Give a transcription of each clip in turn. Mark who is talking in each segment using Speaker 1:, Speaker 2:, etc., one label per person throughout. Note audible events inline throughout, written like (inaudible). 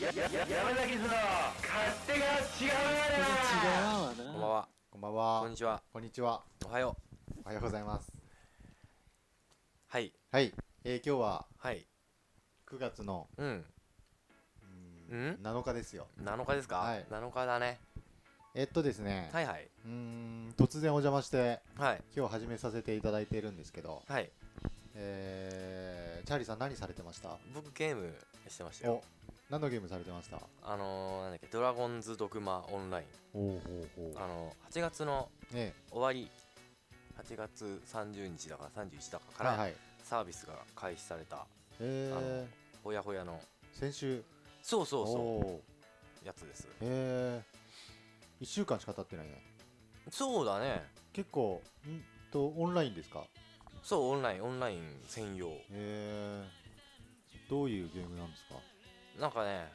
Speaker 1: やや山崎の勝手が違う
Speaker 2: 違うわ
Speaker 3: こんばんは。
Speaker 2: なこんばんは
Speaker 3: こんにちは。
Speaker 2: こんにちは
Speaker 3: おはよう。
Speaker 2: おはようございます
Speaker 3: はい。
Speaker 2: はい、えー、今日は
Speaker 3: はい。
Speaker 2: 9月の
Speaker 3: うん。
Speaker 2: うーん7日ですよ
Speaker 3: 7日ですか、
Speaker 2: はい
Speaker 3: ?7 日だね。
Speaker 2: えっとですね、
Speaker 3: はいはい。
Speaker 2: うーん突然お邪魔して
Speaker 3: はい。
Speaker 2: 今日始めさせていただいているんですけど、
Speaker 3: はい。
Speaker 2: えー、チャーリーさん何されてました
Speaker 3: 僕ゲームしてましたよ
Speaker 2: お。何のゲームされてました
Speaker 3: あのー、なんだっけ、ドラゴンズドクマオンライン。
Speaker 2: おおほうほ
Speaker 3: あのー、8月の
Speaker 2: うね
Speaker 3: 終わり、8月30日だから31だか
Speaker 2: はい
Speaker 3: ら
Speaker 2: はい
Speaker 3: サービスが開始された、
Speaker 2: え
Speaker 3: ほやほやの、
Speaker 2: ー、先週
Speaker 3: そうそうそ
Speaker 2: おー
Speaker 3: う、やつです。
Speaker 2: えー、1週間しか経ってないね
Speaker 3: そうだね。
Speaker 2: 結構んとオンラインですか
Speaker 3: そう、オンライン、オンライン専用。
Speaker 2: えー、どういうゲームなんですか
Speaker 3: なんかね、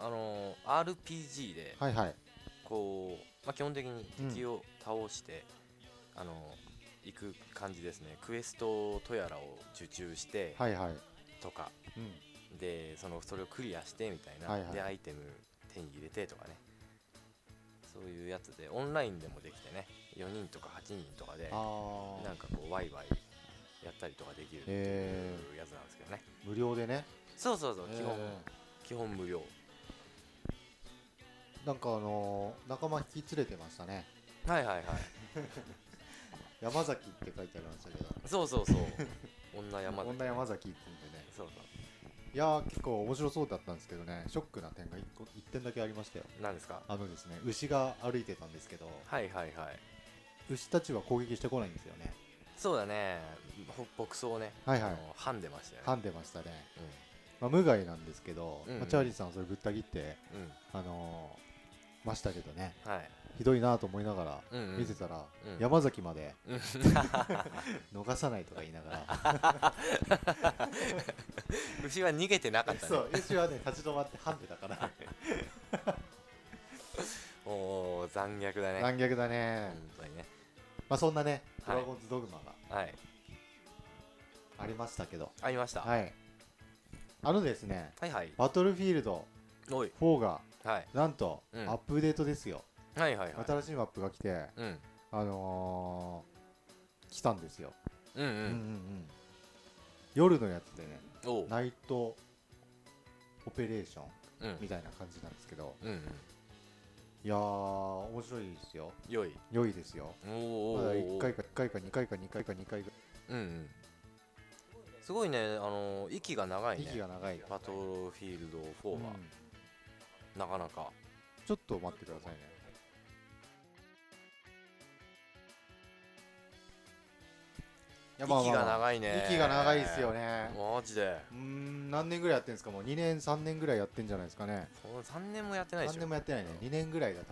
Speaker 3: あのー、RPG で、
Speaker 2: はいはい
Speaker 3: こう、まあ、基本的に敵を倒して、あの行く感じですねクエストとやらを受注して
Speaker 2: はいはい
Speaker 3: とか、
Speaker 2: うん
Speaker 3: でそのそれをクリアしてみたいな、
Speaker 2: はいはい
Speaker 3: でアイテム手に入れてとかねそういうやつでオンラインでもできてね4人とか8人とかで
Speaker 2: あ
Speaker 3: なん
Speaker 2: あ
Speaker 3: かこうワイワイやったりとかできるって
Speaker 2: え
Speaker 3: いうやつなんですけどね、
Speaker 2: 無料でね
Speaker 3: そうそうそう基本、
Speaker 2: え
Speaker 3: 基本無料
Speaker 2: ーなんかあのー仲間引き連れてましたね
Speaker 3: はいはいはい
Speaker 2: 山崎って書いてありましたけど
Speaker 3: そうそうそう (laughs) 女山崎
Speaker 2: 女山崎って言うんでね
Speaker 3: そうそ
Speaker 2: いやー結構面白そうだったんですけどねショックな点が 1, 個一点だけありましたよ
Speaker 3: うなんですか
Speaker 2: あのですね牛が歩いてたんですけど
Speaker 3: はいはいはい
Speaker 2: 牛たちは攻撃してこないんですよね
Speaker 3: そうだねほ牧草をね、
Speaker 2: はいはい
Speaker 3: あのはんでましたよね
Speaker 2: 噛んでましたね、まあ、無害なんですけど、
Speaker 3: うんうん
Speaker 2: まあチャーリーさんはそれぶった切って
Speaker 3: うん、うん
Speaker 2: あのーましたけどね
Speaker 3: はい
Speaker 2: ひどいなと思いながら
Speaker 3: うんうん
Speaker 2: 見てたら、
Speaker 3: うん
Speaker 2: 山崎まで
Speaker 3: うん
Speaker 2: (laughs)
Speaker 3: (laughs)
Speaker 2: 逃さないとか言いながら
Speaker 3: 牛は逃げてなかったね
Speaker 2: そう牛はね立ち止まってハンデだから
Speaker 3: おお残虐だね
Speaker 2: 残虐だね
Speaker 3: 本、当にね
Speaker 2: まあ、そんなね「ド
Speaker 3: はい
Speaker 2: ラゴンズ・ドグマ」が
Speaker 3: はい
Speaker 2: ありましたけど、
Speaker 3: ありました、
Speaker 2: はい、あのですね
Speaker 3: はいはい
Speaker 2: バトルフィールド
Speaker 3: おい
Speaker 2: 4が
Speaker 3: はい
Speaker 2: なんとア
Speaker 3: うん
Speaker 2: ップデートですよ、
Speaker 3: はいはいはい
Speaker 2: 新しいマップが来て
Speaker 3: うん
Speaker 2: あのー来たんですよ、
Speaker 3: うんう
Speaker 2: うんうん
Speaker 3: ん
Speaker 2: うん夜のやつでね
Speaker 3: おう
Speaker 2: ナイトオペレーション
Speaker 3: うん
Speaker 2: みたいな感じなんですけど
Speaker 3: うんうん
Speaker 2: いやー面白いですよ
Speaker 3: よい
Speaker 2: 良いですよ
Speaker 3: おーお
Speaker 2: ま
Speaker 3: ー
Speaker 2: だ
Speaker 3: おー
Speaker 2: 1回か1回か2回か2回か2回か
Speaker 3: うんうんすごいねあのー息が長いね
Speaker 2: 息が長い
Speaker 3: バトルフィールド4は、
Speaker 2: うん
Speaker 3: なかなか
Speaker 2: ちょっと待ってくださいねいや
Speaker 3: 息
Speaker 2: まあまあ
Speaker 3: が
Speaker 2: まあ
Speaker 3: 長いね
Speaker 2: 息が長いですよね
Speaker 3: マジで
Speaker 2: うーん何年ぐらいやってんですかもう2年3年ぐらいやってんじゃないですかね
Speaker 3: この3年もやってないでし
Speaker 2: 3
Speaker 3: ょ
Speaker 2: 年もやってないね2年ぐらいだと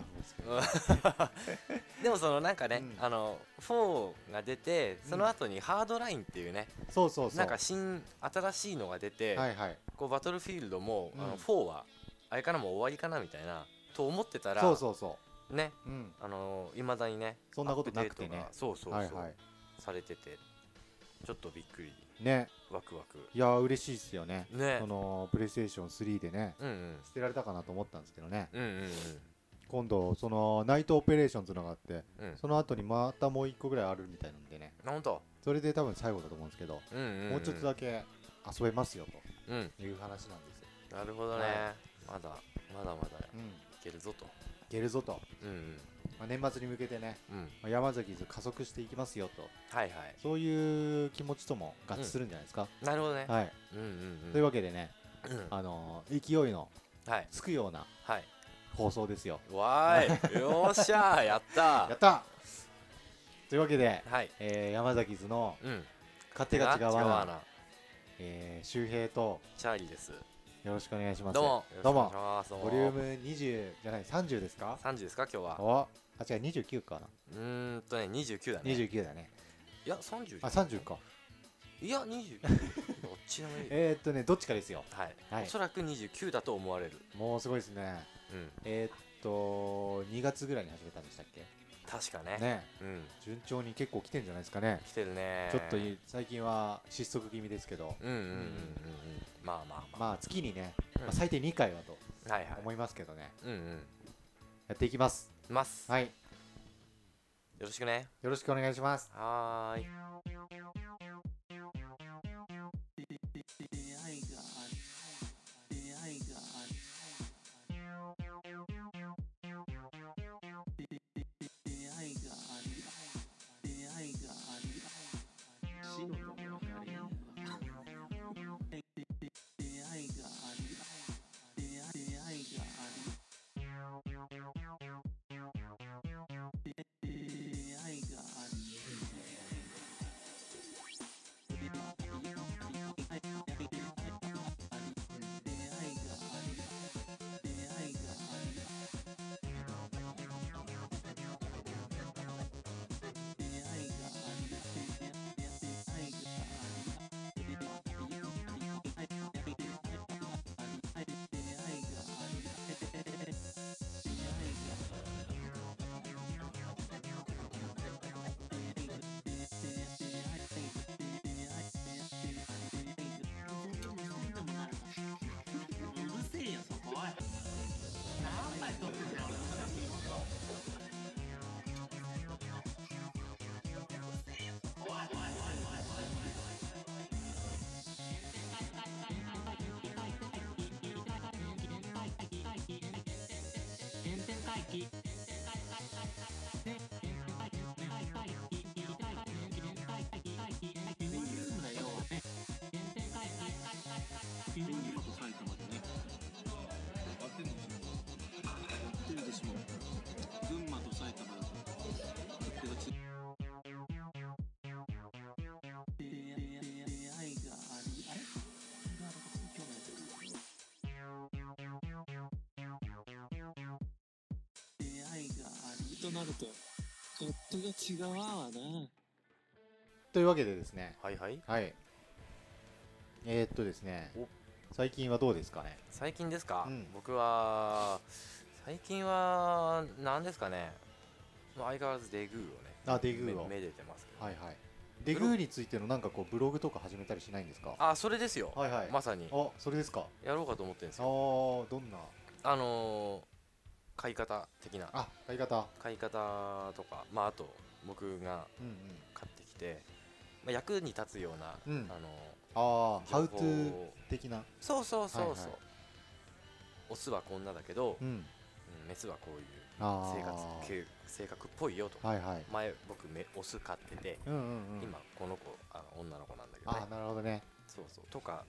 Speaker 2: 思うんですけど
Speaker 3: うんでもそのなんかね、
Speaker 2: うん
Speaker 3: あの4が出てその後にハードラインっていうね、
Speaker 2: そうそうそう
Speaker 3: なんか新新しいのが出て、
Speaker 2: はいはい
Speaker 3: こうバトルフィールドも、あ
Speaker 2: うん
Speaker 3: の4はあれからもう終わりかなみたいなと思ってたら
Speaker 2: そうそうそ
Speaker 3: ね
Speaker 2: ううん
Speaker 3: あのいまだにね
Speaker 2: そんなことな
Speaker 3: ア
Speaker 2: くてね
Speaker 3: ップデートがそうそうそう、
Speaker 2: はいは
Speaker 3: されててちょっとびっくり
Speaker 2: いね
Speaker 3: ワクワク
Speaker 2: いやー嬉しいですよね
Speaker 3: ね
Speaker 2: そのプレイステーション3でね
Speaker 3: うんうん
Speaker 2: 捨てられたかなと思ったんですけどね
Speaker 3: うんうん
Speaker 2: 今度そのナイトオペレーションズのがあって
Speaker 3: うんうん
Speaker 2: その後にまたもう1個ぐらいあるみたいなんでね
Speaker 3: ほんと
Speaker 2: それで多分最後だと思うんですけど、
Speaker 3: うんうん、うん、
Speaker 2: もうちょっとだけ遊べますよ
Speaker 3: うん
Speaker 2: という話なんですよ。
Speaker 3: なるほどね、
Speaker 2: は
Speaker 3: まだまだまだい
Speaker 2: うん、い
Speaker 3: けるぞと
Speaker 2: けるぞと、
Speaker 3: うんうん
Speaker 2: まあ、年末に向けてね、
Speaker 3: うん
Speaker 2: まあ山崎図加速していきますよと、
Speaker 3: はいはい
Speaker 2: そういう気持ちとも合致するんじゃないですか。
Speaker 3: なるほどね。
Speaker 2: はい、
Speaker 3: うんうん
Speaker 2: と
Speaker 3: う
Speaker 2: い
Speaker 3: ん。
Speaker 2: うわけでね、
Speaker 3: うん
Speaker 2: あのー勢いの
Speaker 3: はい
Speaker 2: つくような
Speaker 3: はい。
Speaker 2: 放送ですよ。
Speaker 3: わーい。よっし (laughs) ゃーやった
Speaker 2: や
Speaker 3: ー
Speaker 2: っ。たというわけで、
Speaker 3: はい。
Speaker 2: えー山崎図の
Speaker 3: うん。
Speaker 2: 勝手が違う
Speaker 3: 手
Speaker 2: わ
Speaker 3: が
Speaker 2: な、
Speaker 3: な。
Speaker 2: えー、周平と
Speaker 3: チャーリーです。
Speaker 2: よろしくお願いします。
Speaker 3: どうも。
Speaker 2: どうも、ボ
Speaker 3: ボ
Speaker 2: リューム20じゃない、30ですか
Speaker 3: 三十ですか今日は。
Speaker 2: おあ違う29かな
Speaker 3: うーんとね二十九だね。
Speaker 2: 29だね
Speaker 3: いや三十。
Speaker 2: あ30か
Speaker 3: いや二
Speaker 2: (laughs)
Speaker 3: 十。どっちでもいい。
Speaker 2: えー、っとねどっちかですよは
Speaker 3: はいい。おそらく二十九だと思われる。
Speaker 2: もうすごいですね
Speaker 3: うん。
Speaker 2: えー、っと2月ぐらいに始めたんでしたっけ
Speaker 3: 確かね
Speaker 2: ね
Speaker 3: うん
Speaker 2: 順調に結構来てんじゃないですかね、
Speaker 3: 来てるね
Speaker 2: ちょっとい最近は失速気味ですけど、
Speaker 3: うんうんうんうんうんまあまあま
Speaker 2: まあ月にね、
Speaker 3: うん
Speaker 2: まあ最低2回はと
Speaker 3: あはいはい
Speaker 2: 思いますけどね、
Speaker 3: うんうん
Speaker 2: やっていきます
Speaker 3: ます
Speaker 2: はい
Speaker 3: よろしくね
Speaker 2: よろしくお願いします
Speaker 3: はーい
Speaker 4: 出会いがある出会いがある出会いがある出会いがある死の物語出会いがある出会い出会いがある出会いがあるうるせえよそこおい何枚取ってんだよ俺ビビるんだよビビること埼玉でね合ってるでしょ合ってるでしょ群馬と埼玉だと勝手が違う出会いがありあれなんかその興味ある出会いがありとなると勝手が違うわな
Speaker 2: というわけでですね
Speaker 3: はいはい
Speaker 2: はいえー、っとですね
Speaker 3: お
Speaker 2: 最近はどうですかね
Speaker 3: 最近ですか、
Speaker 2: うん
Speaker 3: 僕は最近は何ですかねもう相変わらずデグーをね
Speaker 2: あデグーを
Speaker 3: めめでてますけど、
Speaker 2: はいはいデグーについてのなんかこうブログとか始めたりしないんですか
Speaker 3: あそれですよ、
Speaker 2: はいはい、
Speaker 3: まさに
Speaker 2: あそれですか
Speaker 3: やろうかと思ってるんです
Speaker 2: あ
Speaker 3: よ
Speaker 2: ーどんな
Speaker 3: あのー買い方的な
Speaker 2: あ買い方
Speaker 3: 買い方とかまああと僕が
Speaker 2: うんうん
Speaker 3: 買ってきて、まあ、役に立つような、
Speaker 2: うん
Speaker 3: あの
Speaker 2: ああハウ
Speaker 3: 情
Speaker 2: ト
Speaker 3: 報
Speaker 2: ゥー的な
Speaker 3: そうそうそうそう、
Speaker 2: はいはい
Speaker 3: オスはこんなだけど、
Speaker 2: うん
Speaker 3: うんメスはこういう
Speaker 2: あ
Speaker 3: 生
Speaker 2: あ
Speaker 3: 活系性格っぽいよとか、
Speaker 2: はいはい
Speaker 3: 前僕めオス飼ってて、
Speaker 2: うんうんうん
Speaker 3: 今この子あの女の子なんだけど
Speaker 2: あ
Speaker 3: ね
Speaker 2: ーなるほどね
Speaker 3: そうそうとか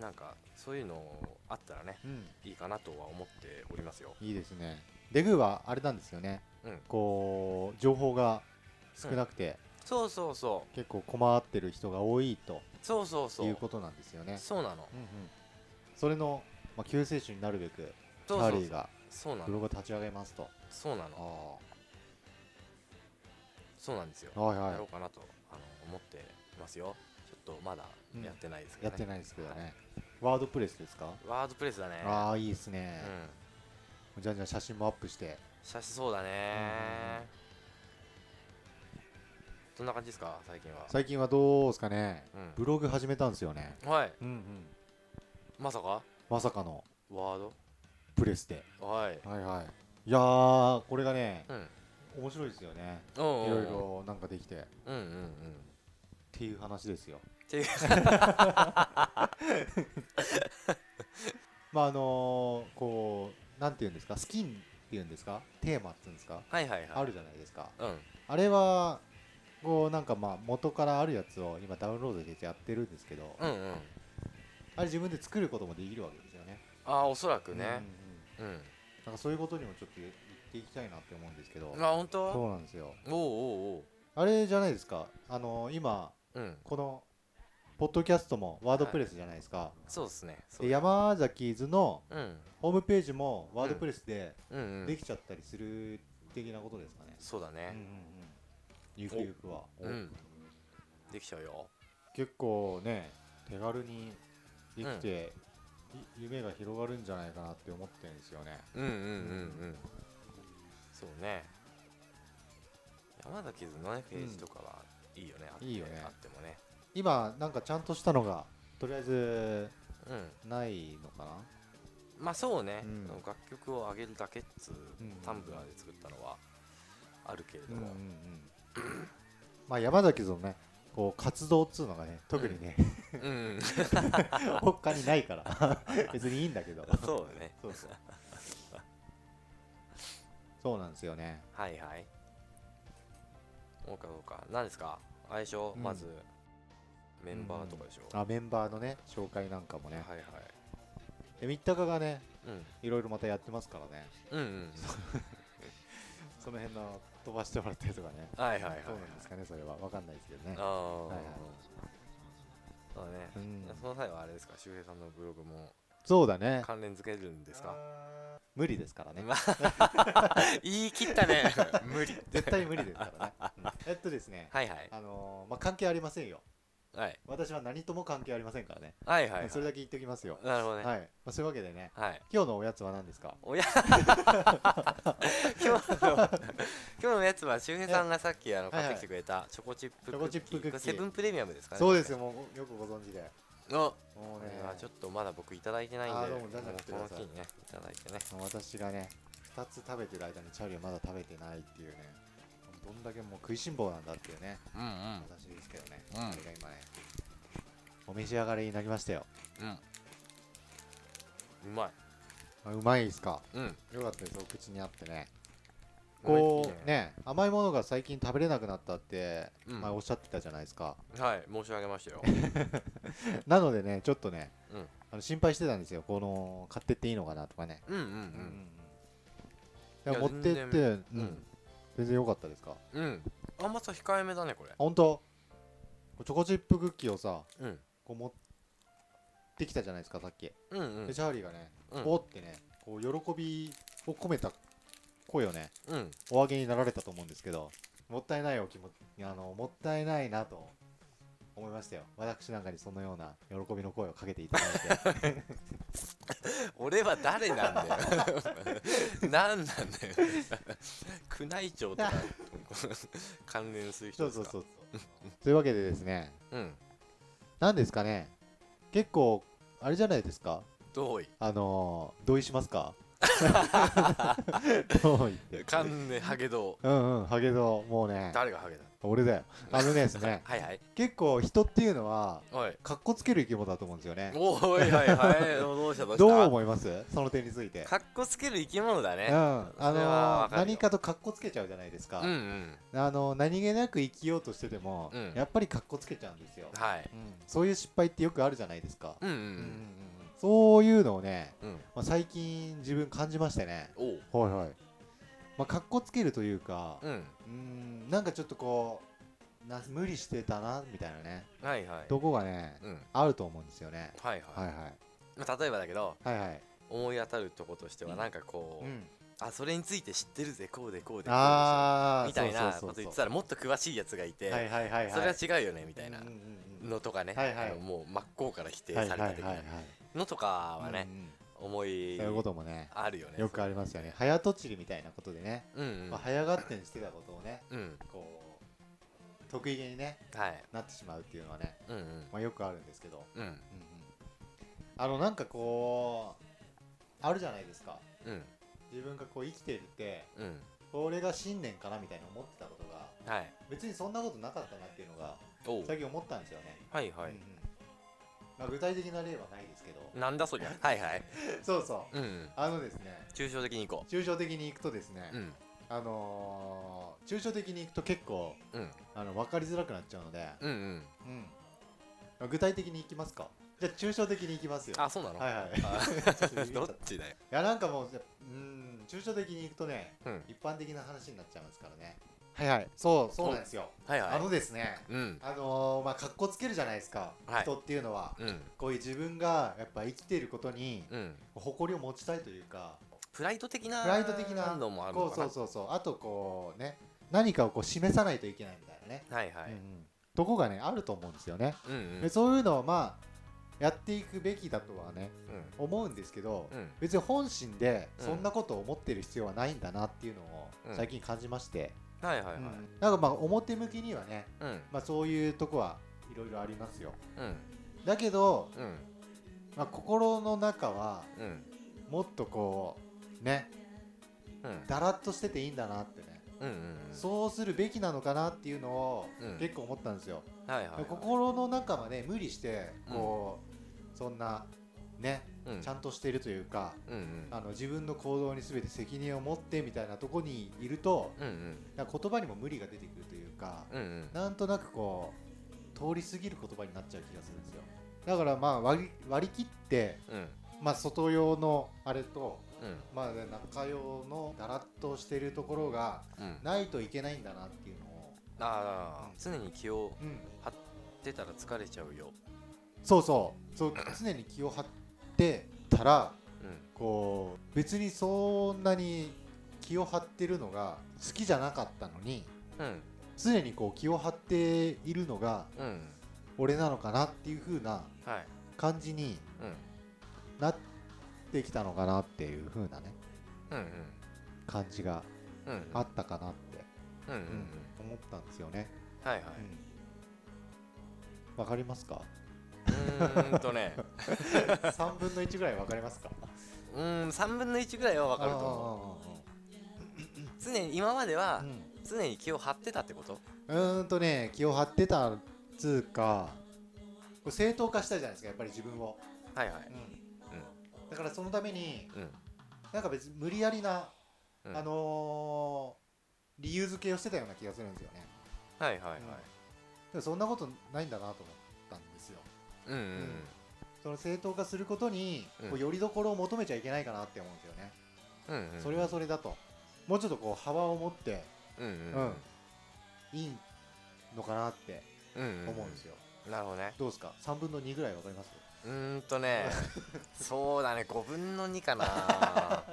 Speaker 3: なんかそういうのあったらね
Speaker 2: うん
Speaker 3: いいかなとは思っておりますよ
Speaker 2: いいですねデグーはあれなんですよね、
Speaker 3: うん
Speaker 2: こう情報が少なくて、
Speaker 3: そうそうそ
Speaker 2: 結構困ってる人が多いと
Speaker 3: うそうそうそ
Speaker 2: いう
Speaker 3: う
Speaker 2: ことなんですよね
Speaker 3: そうなの
Speaker 2: うんうんそれの、まあ、救世主になるべくチ
Speaker 3: そう
Speaker 2: ャー
Speaker 3: そ
Speaker 2: リ
Speaker 3: う
Speaker 2: ーが
Speaker 3: そうな
Speaker 2: ブ
Speaker 3: の
Speaker 2: ログを立ち上げますと
Speaker 3: そうな
Speaker 2: あ
Speaker 3: のそうなんですよ
Speaker 2: ーはいは
Speaker 3: やろう
Speaker 2: い
Speaker 3: かなとあの思ってますよちょっとまだやってないですけ
Speaker 2: や
Speaker 3: ど
Speaker 2: って
Speaker 3: ね
Speaker 2: ないですけどね、
Speaker 3: はい
Speaker 2: ワードプレスですか、
Speaker 3: ワードプレスだね
Speaker 2: ああいいですね
Speaker 3: う、ん
Speaker 2: じゃあじゃあ写真もアップして
Speaker 3: 写真そうだ
Speaker 2: うんうん
Speaker 3: ねどんな感じですか最近は
Speaker 2: 最近はどうですかね
Speaker 3: うん
Speaker 2: ブログ始めたんですよね
Speaker 3: はい
Speaker 2: うんうん
Speaker 3: まさか
Speaker 2: まさかの
Speaker 3: ワード
Speaker 2: プレスで
Speaker 3: はい
Speaker 2: はいはいいやーこれがね
Speaker 3: うん
Speaker 2: 面白いですよね
Speaker 3: いろ
Speaker 2: いろいろなんかできてっ
Speaker 3: うんうんうん
Speaker 2: ていう話ですよ
Speaker 3: っていう
Speaker 2: (laughs) まああのーこうなんていうんですかスキンっていうんですかテーマっていうんですか
Speaker 3: はいはいはい
Speaker 2: あるじゃないですか
Speaker 3: うん
Speaker 2: あれはこうなんかまあ元からあるやつを今ダウンロードでやってるんですけど
Speaker 3: うんうん
Speaker 2: あれ自分で作ることもできるわけですよね
Speaker 3: ああおそらく
Speaker 2: うんうんう
Speaker 3: ね
Speaker 2: ん
Speaker 3: うん
Speaker 2: なんかそういうことにもちょっと言っていきたいなって思うんですけど
Speaker 3: あ本当
Speaker 2: そうなんですよ
Speaker 3: おうおう
Speaker 2: あれじゃないですかあのー今
Speaker 3: おううん
Speaker 2: このポッドキャストもワードプレスじゃないですか、
Speaker 3: そうですねそう
Speaker 2: で山崎図の
Speaker 3: うん
Speaker 2: ホームページもワードプレスで
Speaker 3: うんうん
Speaker 2: できちゃったりする的なことですかね、
Speaker 3: そうだ
Speaker 2: うんうん
Speaker 3: ね
Speaker 2: うんゆくゆくは、
Speaker 3: うんできちゃうよ
Speaker 2: 結構ね手軽にできて、い夢が広がるんじゃないかなって思ってるんですよね
Speaker 3: うんうんうんうんそうね玉だけのねフェージとかはいいよね、あって
Speaker 2: いいよね
Speaker 3: あってもね
Speaker 2: 今なんかちゃんとしたのがとりあえず
Speaker 3: うん
Speaker 2: ないのかな
Speaker 3: まあそうね、
Speaker 2: うん
Speaker 3: 楽曲を上げるだけっつう
Speaker 2: うん
Speaker 3: タンブラーで作ったのはあるけれど
Speaker 2: うんうんう
Speaker 3: も、
Speaker 2: ん (coughs) まあ山崎のねこう活動っつうのがね特
Speaker 3: (laughs)
Speaker 2: にね、
Speaker 3: うん
Speaker 2: (laughs) 他にないから (laughs) 別にいいんだけど
Speaker 3: そうだね
Speaker 2: そうそうそうなんですよね
Speaker 3: はいはいそうかそうか何ですかあれでしょ、
Speaker 2: うん
Speaker 3: まずメンバーとかでしょ、
Speaker 2: あメンバーのね紹介なんかもね
Speaker 3: はいはい
Speaker 2: で三鷹がね
Speaker 3: うん
Speaker 2: いろいろまたやってますからね
Speaker 3: うんうん
Speaker 2: その辺の飛ばしてもらったりとかね
Speaker 3: はいはいはい
Speaker 2: そうなんですかねそれは分かんないですけどね
Speaker 3: ああ、
Speaker 2: はいはい
Speaker 3: そうだね、
Speaker 2: うん
Speaker 3: その際はあれですか周平さんのブログも
Speaker 2: そうだね
Speaker 3: 関連付けるんですか
Speaker 2: 無理ですからね
Speaker 3: ま言い切ったね (laughs) 無理
Speaker 2: 絶対無理ですからね、
Speaker 3: (laughs)
Speaker 2: うんえっとですね
Speaker 3: はいはい
Speaker 2: あのーまあ関係ありませんよ
Speaker 3: はい
Speaker 2: 私は何とも関係ありませんからね
Speaker 3: はいはい、はい、
Speaker 2: それだけ言っておきますよ
Speaker 3: なるほど
Speaker 2: はい、
Speaker 3: ね
Speaker 2: まあ、そういうわけでね
Speaker 3: はい
Speaker 2: 今日のおやつは何ですか
Speaker 3: おや (laughs) 今日の今日のやつは周平さんがさっきあの
Speaker 2: はいはい
Speaker 3: 買ってきてくれたチョコチップ
Speaker 2: チョ
Speaker 3: ク
Speaker 2: コ
Speaker 3: ッキ
Speaker 2: チッ
Speaker 3: ー
Speaker 2: プクッキー
Speaker 3: これセブンプレミアムですかね
Speaker 2: そうですよもうよくご存知で
Speaker 3: の
Speaker 2: も
Speaker 3: こ
Speaker 2: うね
Speaker 3: れはちょっとまだ僕いただいてないんで
Speaker 2: あーどう
Speaker 3: も
Speaker 2: も
Speaker 3: う
Speaker 2: じゃあ食べて
Speaker 3: こ
Speaker 2: く
Speaker 3: の
Speaker 2: ださい
Speaker 3: 機にねいただいてね
Speaker 2: 私がね2つ食べてる間にチャーリーはまだ食べてないっていうねどんだけもう食いしん坊なんだっていうね
Speaker 3: うん
Speaker 2: 私ですけどね、
Speaker 3: うん
Speaker 2: それが今ねお召し上がりになりましたよ
Speaker 3: うんうんうまい
Speaker 2: あうまいですか
Speaker 3: うん
Speaker 2: よかったですお口にあってね
Speaker 3: 思
Speaker 2: こ
Speaker 3: いっき
Speaker 2: う
Speaker 3: りね
Speaker 2: ね甘いものが最近食べれなくなったって
Speaker 3: うん
Speaker 2: 前おっしゃってたじゃないですか、
Speaker 3: はい申し上げましたよ
Speaker 2: なのでねちょっとね、
Speaker 3: うん
Speaker 2: あの心配してたんですよこの買ってっていいのかなとかね、
Speaker 3: (laughs) うんうん
Speaker 2: でも
Speaker 3: いや
Speaker 2: 持ってって
Speaker 3: 全
Speaker 2: う
Speaker 3: 然うん
Speaker 2: ん、全然良かったですかあ
Speaker 3: うんうん甘さ控えめだねこれ
Speaker 2: 本当チョコチップクッキーをさ
Speaker 3: うん
Speaker 2: こう持ってきたじゃないですかさっき、
Speaker 3: うんうん
Speaker 2: でチャーリーがね、
Speaker 3: うん
Speaker 2: おーってねこう喜びを込めた声をね
Speaker 3: うん
Speaker 2: お上げになられたと思うんですけどもったいないお気持ちあのもったいないなと思いましたよ私なんかにそのような喜びの声をかけていただいて
Speaker 3: 俺は誰なんだよ何なんだよ宮内庁とか関連する人
Speaker 2: そう
Speaker 3: です
Speaker 2: そ
Speaker 3: か
Speaker 2: うそう (laughs) というわけでですね
Speaker 3: うん
Speaker 2: 何ですかね結構あれじゃないですか
Speaker 3: 同意
Speaker 2: あのー同意しま
Speaker 3: (laughs)
Speaker 2: すか同意って
Speaker 3: 関連ハゲド
Speaker 2: うんうんハゲドもうね
Speaker 3: 誰がハゲだ
Speaker 2: 俺だよあのねですね
Speaker 3: はいはい
Speaker 2: 結構人っていうのは
Speaker 3: おい
Speaker 2: かっこつける生き物だと思うんですよね
Speaker 3: おいはいはいどうしたどうした
Speaker 2: どう思いますその点について
Speaker 3: かっこつける生き物だね
Speaker 2: うん、あ
Speaker 3: それはわ
Speaker 2: のー
Speaker 3: かるよ
Speaker 2: 何かとかっこつけちゃうじゃないですか、
Speaker 3: うんうん
Speaker 2: あのー何気なく生きようとしてても、
Speaker 3: うん
Speaker 2: やっぱりかっこつけちゃうんですよ、
Speaker 3: はい
Speaker 2: うんそういう失敗ってよくあるじゃないですか、
Speaker 3: うんう
Speaker 2: うんうんうん
Speaker 3: ん
Speaker 2: そういうのをね、
Speaker 3: うんうん
Speaker 2: まあ、最近自分感じましてね
Speaker 3: おう
Speaker 2: はいはいまあかっこつけるというか
Speaker 3: うん
Speaker 2: うーんなんかちょっとこうな無理してたなみたいなね
Speaker 3: はいはい
Speaker 2: とこがね
Speaker 3: うん
Speaker 2: あると思うんですよね
Speaker 3: はい
Speaker 2: はい
Speaker 3: は
Speaker 2: はい
Speaker 3: いまあ例えばだけど
Speaker 2: はいはい
Speaker 3: 思い当たるとことしてはなんかこ
Speaker 2: う
Speaker 3: うんあそれについて知ってるぜこうでこうでこうで
Speaker 2: ああ
Speaker 3: みたいなこと言ってた
Speaker 2: ら
Speaker 3: らもっと詳しいやつがいて、
Speaker 2: はいはいはいはい
Speaker 3: それは違うよねみたいな
Speaker 2: うんうんうん
Speaker 3: のとかね、
Speaker 2: はいはい
Speaker 3: あのもう真っ向から否定
Speaker 2: は
Speaker 3: さ
Speaker 2: い
Speaker 3: れ
Speaker 2: はい
Speaker 3: た
Speaker 2: はい
Speaker 3: 的
Speaker 2: はい
Speaker 3: なのとかはね
Speaker 2: う、んうん
Speaker 3: 思い
Speaker 2: そういうこともね
Speaker 3: あるよね
Speaker 2: よくありますよね早とちりみたいなことでね
Speaker 3: うんうん、
Speaker 2: まあ早がってんしてたことをね
Speaker 3: うん
Speaker 2: こう得意げにね
Speaker 3: はい
Speaker 2: なってしまうっていうのはね
Speaker 3: うんうん
Speaker 2: まあよくあるんですけど
Speaker 3: うん
Speaker 2: うんうんあのなんかこうあるじゃないですか
Speaker 3: うん
Speaker 2: 自分がこう生きていて
Speaker 3: うん
Speaker 2: これが信念かなみたいな思ってたことが
Speaker 3: はい
Speaker 2: 別にそんなことなかったなっていうのが
Speaker 3: おう
Speaker 2: 最近思ったんですよね、
Speaker 3: はいはい
Speaker 2: うんうんまあ、具体的な例はないですけど
Speaker 3: なんだそりゃはいはい
Speaker 2: (laughs) そうそう
Speaker 3: うんうん
Speaker 2: あのですね
Speaker 3: 抽象的にいこ
Speaker 2: 抽象的にいくとですね、
Speaker 3: ううん
Speaker 2: あのー抽象的にいくと結構
Speaker 3: うん
Speaker 2: あの分かりづらくなっちゃうので、
Speaker 3: うんうん
Speaker 2: うんまあ具体的にいきますかじゃあ抽象的にいきますよ
Speaker 3: あそうなの、
Speaker 2: はいはい
Speaker 3: あ
Speaker 2: ちょっとビビっち
Speaker 3: (laughs)
Speaker 2: ゃ
Speaker 3: ど
Speaker 2: っ
Speaker 3: った
Speaker 2: い
Speaker 3: ちだよ
Speaker 2: やなんかもううん抽象的にいくとね
Speaker 3: うん
Speaker 2: 一般的な話になっちゃいますからねはいはいそうそうなんですよ、
Speaker 3: はいはい
Speaker 2: あのですね
Speaker 3: うん
Speaker 2: あのー、まあ格好つけるじゃないですか、
Speaker 3: はい
Speaker 2: 人っていうのは、
Speaker 3: うん
Speaker 2: こういう自分がやっぱ生きていることに
Speaker 3: うん
Speaker 2: 誇りを持ちたいというか
Speaker 3: プライド的な
Speaker 2: プライド的な
Speaker 3: のもある
Speaker 2: こ
Speaker 3: の
Speaker 2: う
Speaker 3: か
Speaker 2: そ
Speaker 3: な
Speaker 2: うそうそうあとこうね何かをこう示さないといけないみたいなね、
Speaker 3: はいはい、
Speaker 2: うんうんとこがねあると思うんですよね、
Speaker 3: うんうん
Speaker 2: でそういうのはまあやっていくべきだとはね
Speaker 3: うん
Speaker 2: 思うんですけど、
Speaker 3: うん
Speaker 2: 別に本心でそんなことを思ってる必要はないんだなっていうのを
Speaker 3: うん
Speaker 2: 最近感じまして、
Speaker 3: はいはいはい。
Speaker 2: うんなんかまあ表向きにはね、
Speaker 3: うん
Speaker 2: まあ、そういうとこはいろいろありますよ
Speaker 3: うん
Speaker 2: だけど、
Speaker 3: うん
Speaker 2: まあ、心の中は
Speaker 3: うん
Speaker 2: もっとこうね
Speaker 3: うん
Speaker 2: だらっとしてていいんだなってね、
Speaker 3: うんうん
Speaker 2: そうするべきなのかなっていうのを
Speaker 3: うん
Speaker 2: 結構思ったんですよ、
Speaker 3: うん。はいはいはい。
Speaker 2: 心の中はね無理してこう、そんなね
Speaker 3: うん
Speaker 2: ちゃんとしてるというか、
Speaker 3: うんうん
Speaker 2: あの自分の行動に全て責任を持ってみたいなとこにいると
Speaker 3: うんうん
Speaker 2: なんか言葉にも無理が出てくるというか、
Speaker 3: うんうん
Speaker 2: なんとなくこう通り過ぎる言葉になっちゃう気がするんですよだからまあ割り割り切って、
Speaker 3: うん
Speaker 2: まあ、外用のあれと、
Speaker 3: うん
Speaker 2: まあ、中用のだらっとしてるところが
Speaker 3: うん。
Speaker 2: ないといけないんだなっていうのを、
Speaker 3: ああ
Speaker 2: うん
Speaker 3: 常に気を
Speaker 2: うん、
Speaker 3: 出たら疲れちゃうよ。
Speaker 2: そうそうそう常に気を張ってたら
Speaker 3: うん
Speaker 2: こう別にそんなに気を張ってるのが好きじゃなかったのに
Speaker 3: うん
Speaker 2: 常にこう気を張っているのが
Speaker 3: うん
Speaker 2: 俺なのかなっていう風な
Speaker 3: はい
Speaker 2: 感じに
Speaker 3: うん
Speaker 2: なってきたのかなっていう風なね
Speaker 3: うん
Speaker 2: 感じが
Speaker 3: うんうん
Speaker 2: あったかなって、
Speaker 3: うんうんうん
Speaker 2: うん思ったんですよね。
Speaker 3: はいはい。
Speaker 2: うんわかり
Speaker 3: (laughs)
Speaker 2: ますか
Speaker 3: うーんとね
Speaker 2: 3分の1ぐらいわかりますか
Speaker 3: うーん3分の1ぐらいは分かると思う常に今まで
Speaker 2: あー
Speaker 3: は
Speaker 2: うん
Speaker 3: 常に気を張ってたってこと
Speaker 2: うーんとね気を張ってたっつうかこれ正当化したじゃないですかやっぱり自分を、
Speaker 3: はいはい
Speaker 2: だからそのために
Speaker 3: うん
Speaker 2: なんか別に無理やりな、
Speaker 3: うん
Speaker 2: あのー理由付けをしてたような気がするんですよね
Speaker 3: はいはいはい
Speaker 2: でもそんなことないんだなと思ったんですよ
Speaker 3: うんうんうん
Speaker 2: その正当化することに、
Speaker 3: うん
Speaker 2: こうよりどころを求めちゃいけないかなって思うんですよね、
Speaker 3: うんうん
Speaker 2: それはそれだともうちょっとこう幅を持って
Speaker 3: うんうん
Speaker 2: うんいいのかなって
Speaker 3: うんうん
Speaker 2: 思うんですよ、
Speaker 3: なるほどね
Speaker 2: どうですか3分の2ぐらいわかります
Speaker 3: うーんと
Speaker 2: (laughs)
Speaker 3: ねそうだね5分の2か
Speaker 2: (laughs)
Speaker 3: な
Speaker 2: 5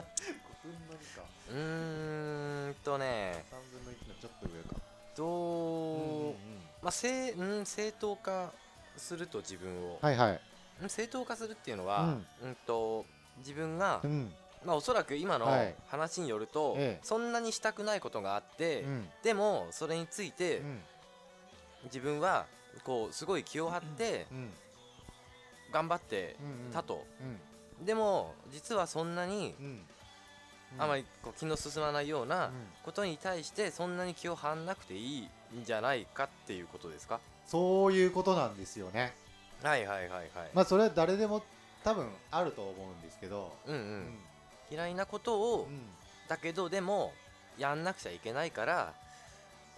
Speaker 2: 分の2か
Speaker 3: うーんとね
Speaker 2: 3分の1のちょっと上か
Speaker 3: どう
Speaker 2: は
Speaker 3: まあ正うん正当化すると自分を
Speaker 2: いはい
Speaker 3: うん正当化するっていうのはうんと自分が
Speaker 2: うん
Speaker 3: まあおそらく今の
Speaker 2: はい
Speaker 3: 話によると
Speaker 2: ええ
Speaker 3: そんなにしたくないことがあっ
Speaker 2: う
Speaker 3: て
Speaker 2: ん
Speaker 3: でもそれについて
Speaker 2: うん
Speaker 3: 自分はこうすごい気を張って
Speaker 2: うん
Speaker 3: 頑張って
Speaker 2: うん
Speaker 3: たと
Speaker 2: うん
Speaker 3: でも実はそんなに
Speaker 2: うん
Speaker 3: あまりこう気の進まないよう
Speaker 2: う
Speaker 3: なんことに対してそんなに気を張んなくていいんじゃないかっていうことですか
Speaker 2: そういうことなんですよね
Speaker 3: はいはいはいはい、
Speaker 2: まあそれは誰でも多分あると思うんですけど
Speaker 3: うんうん
Speaker 2: うん
Speaker 3: 嫌いなことをだけどでもやんなくちゃいけないから、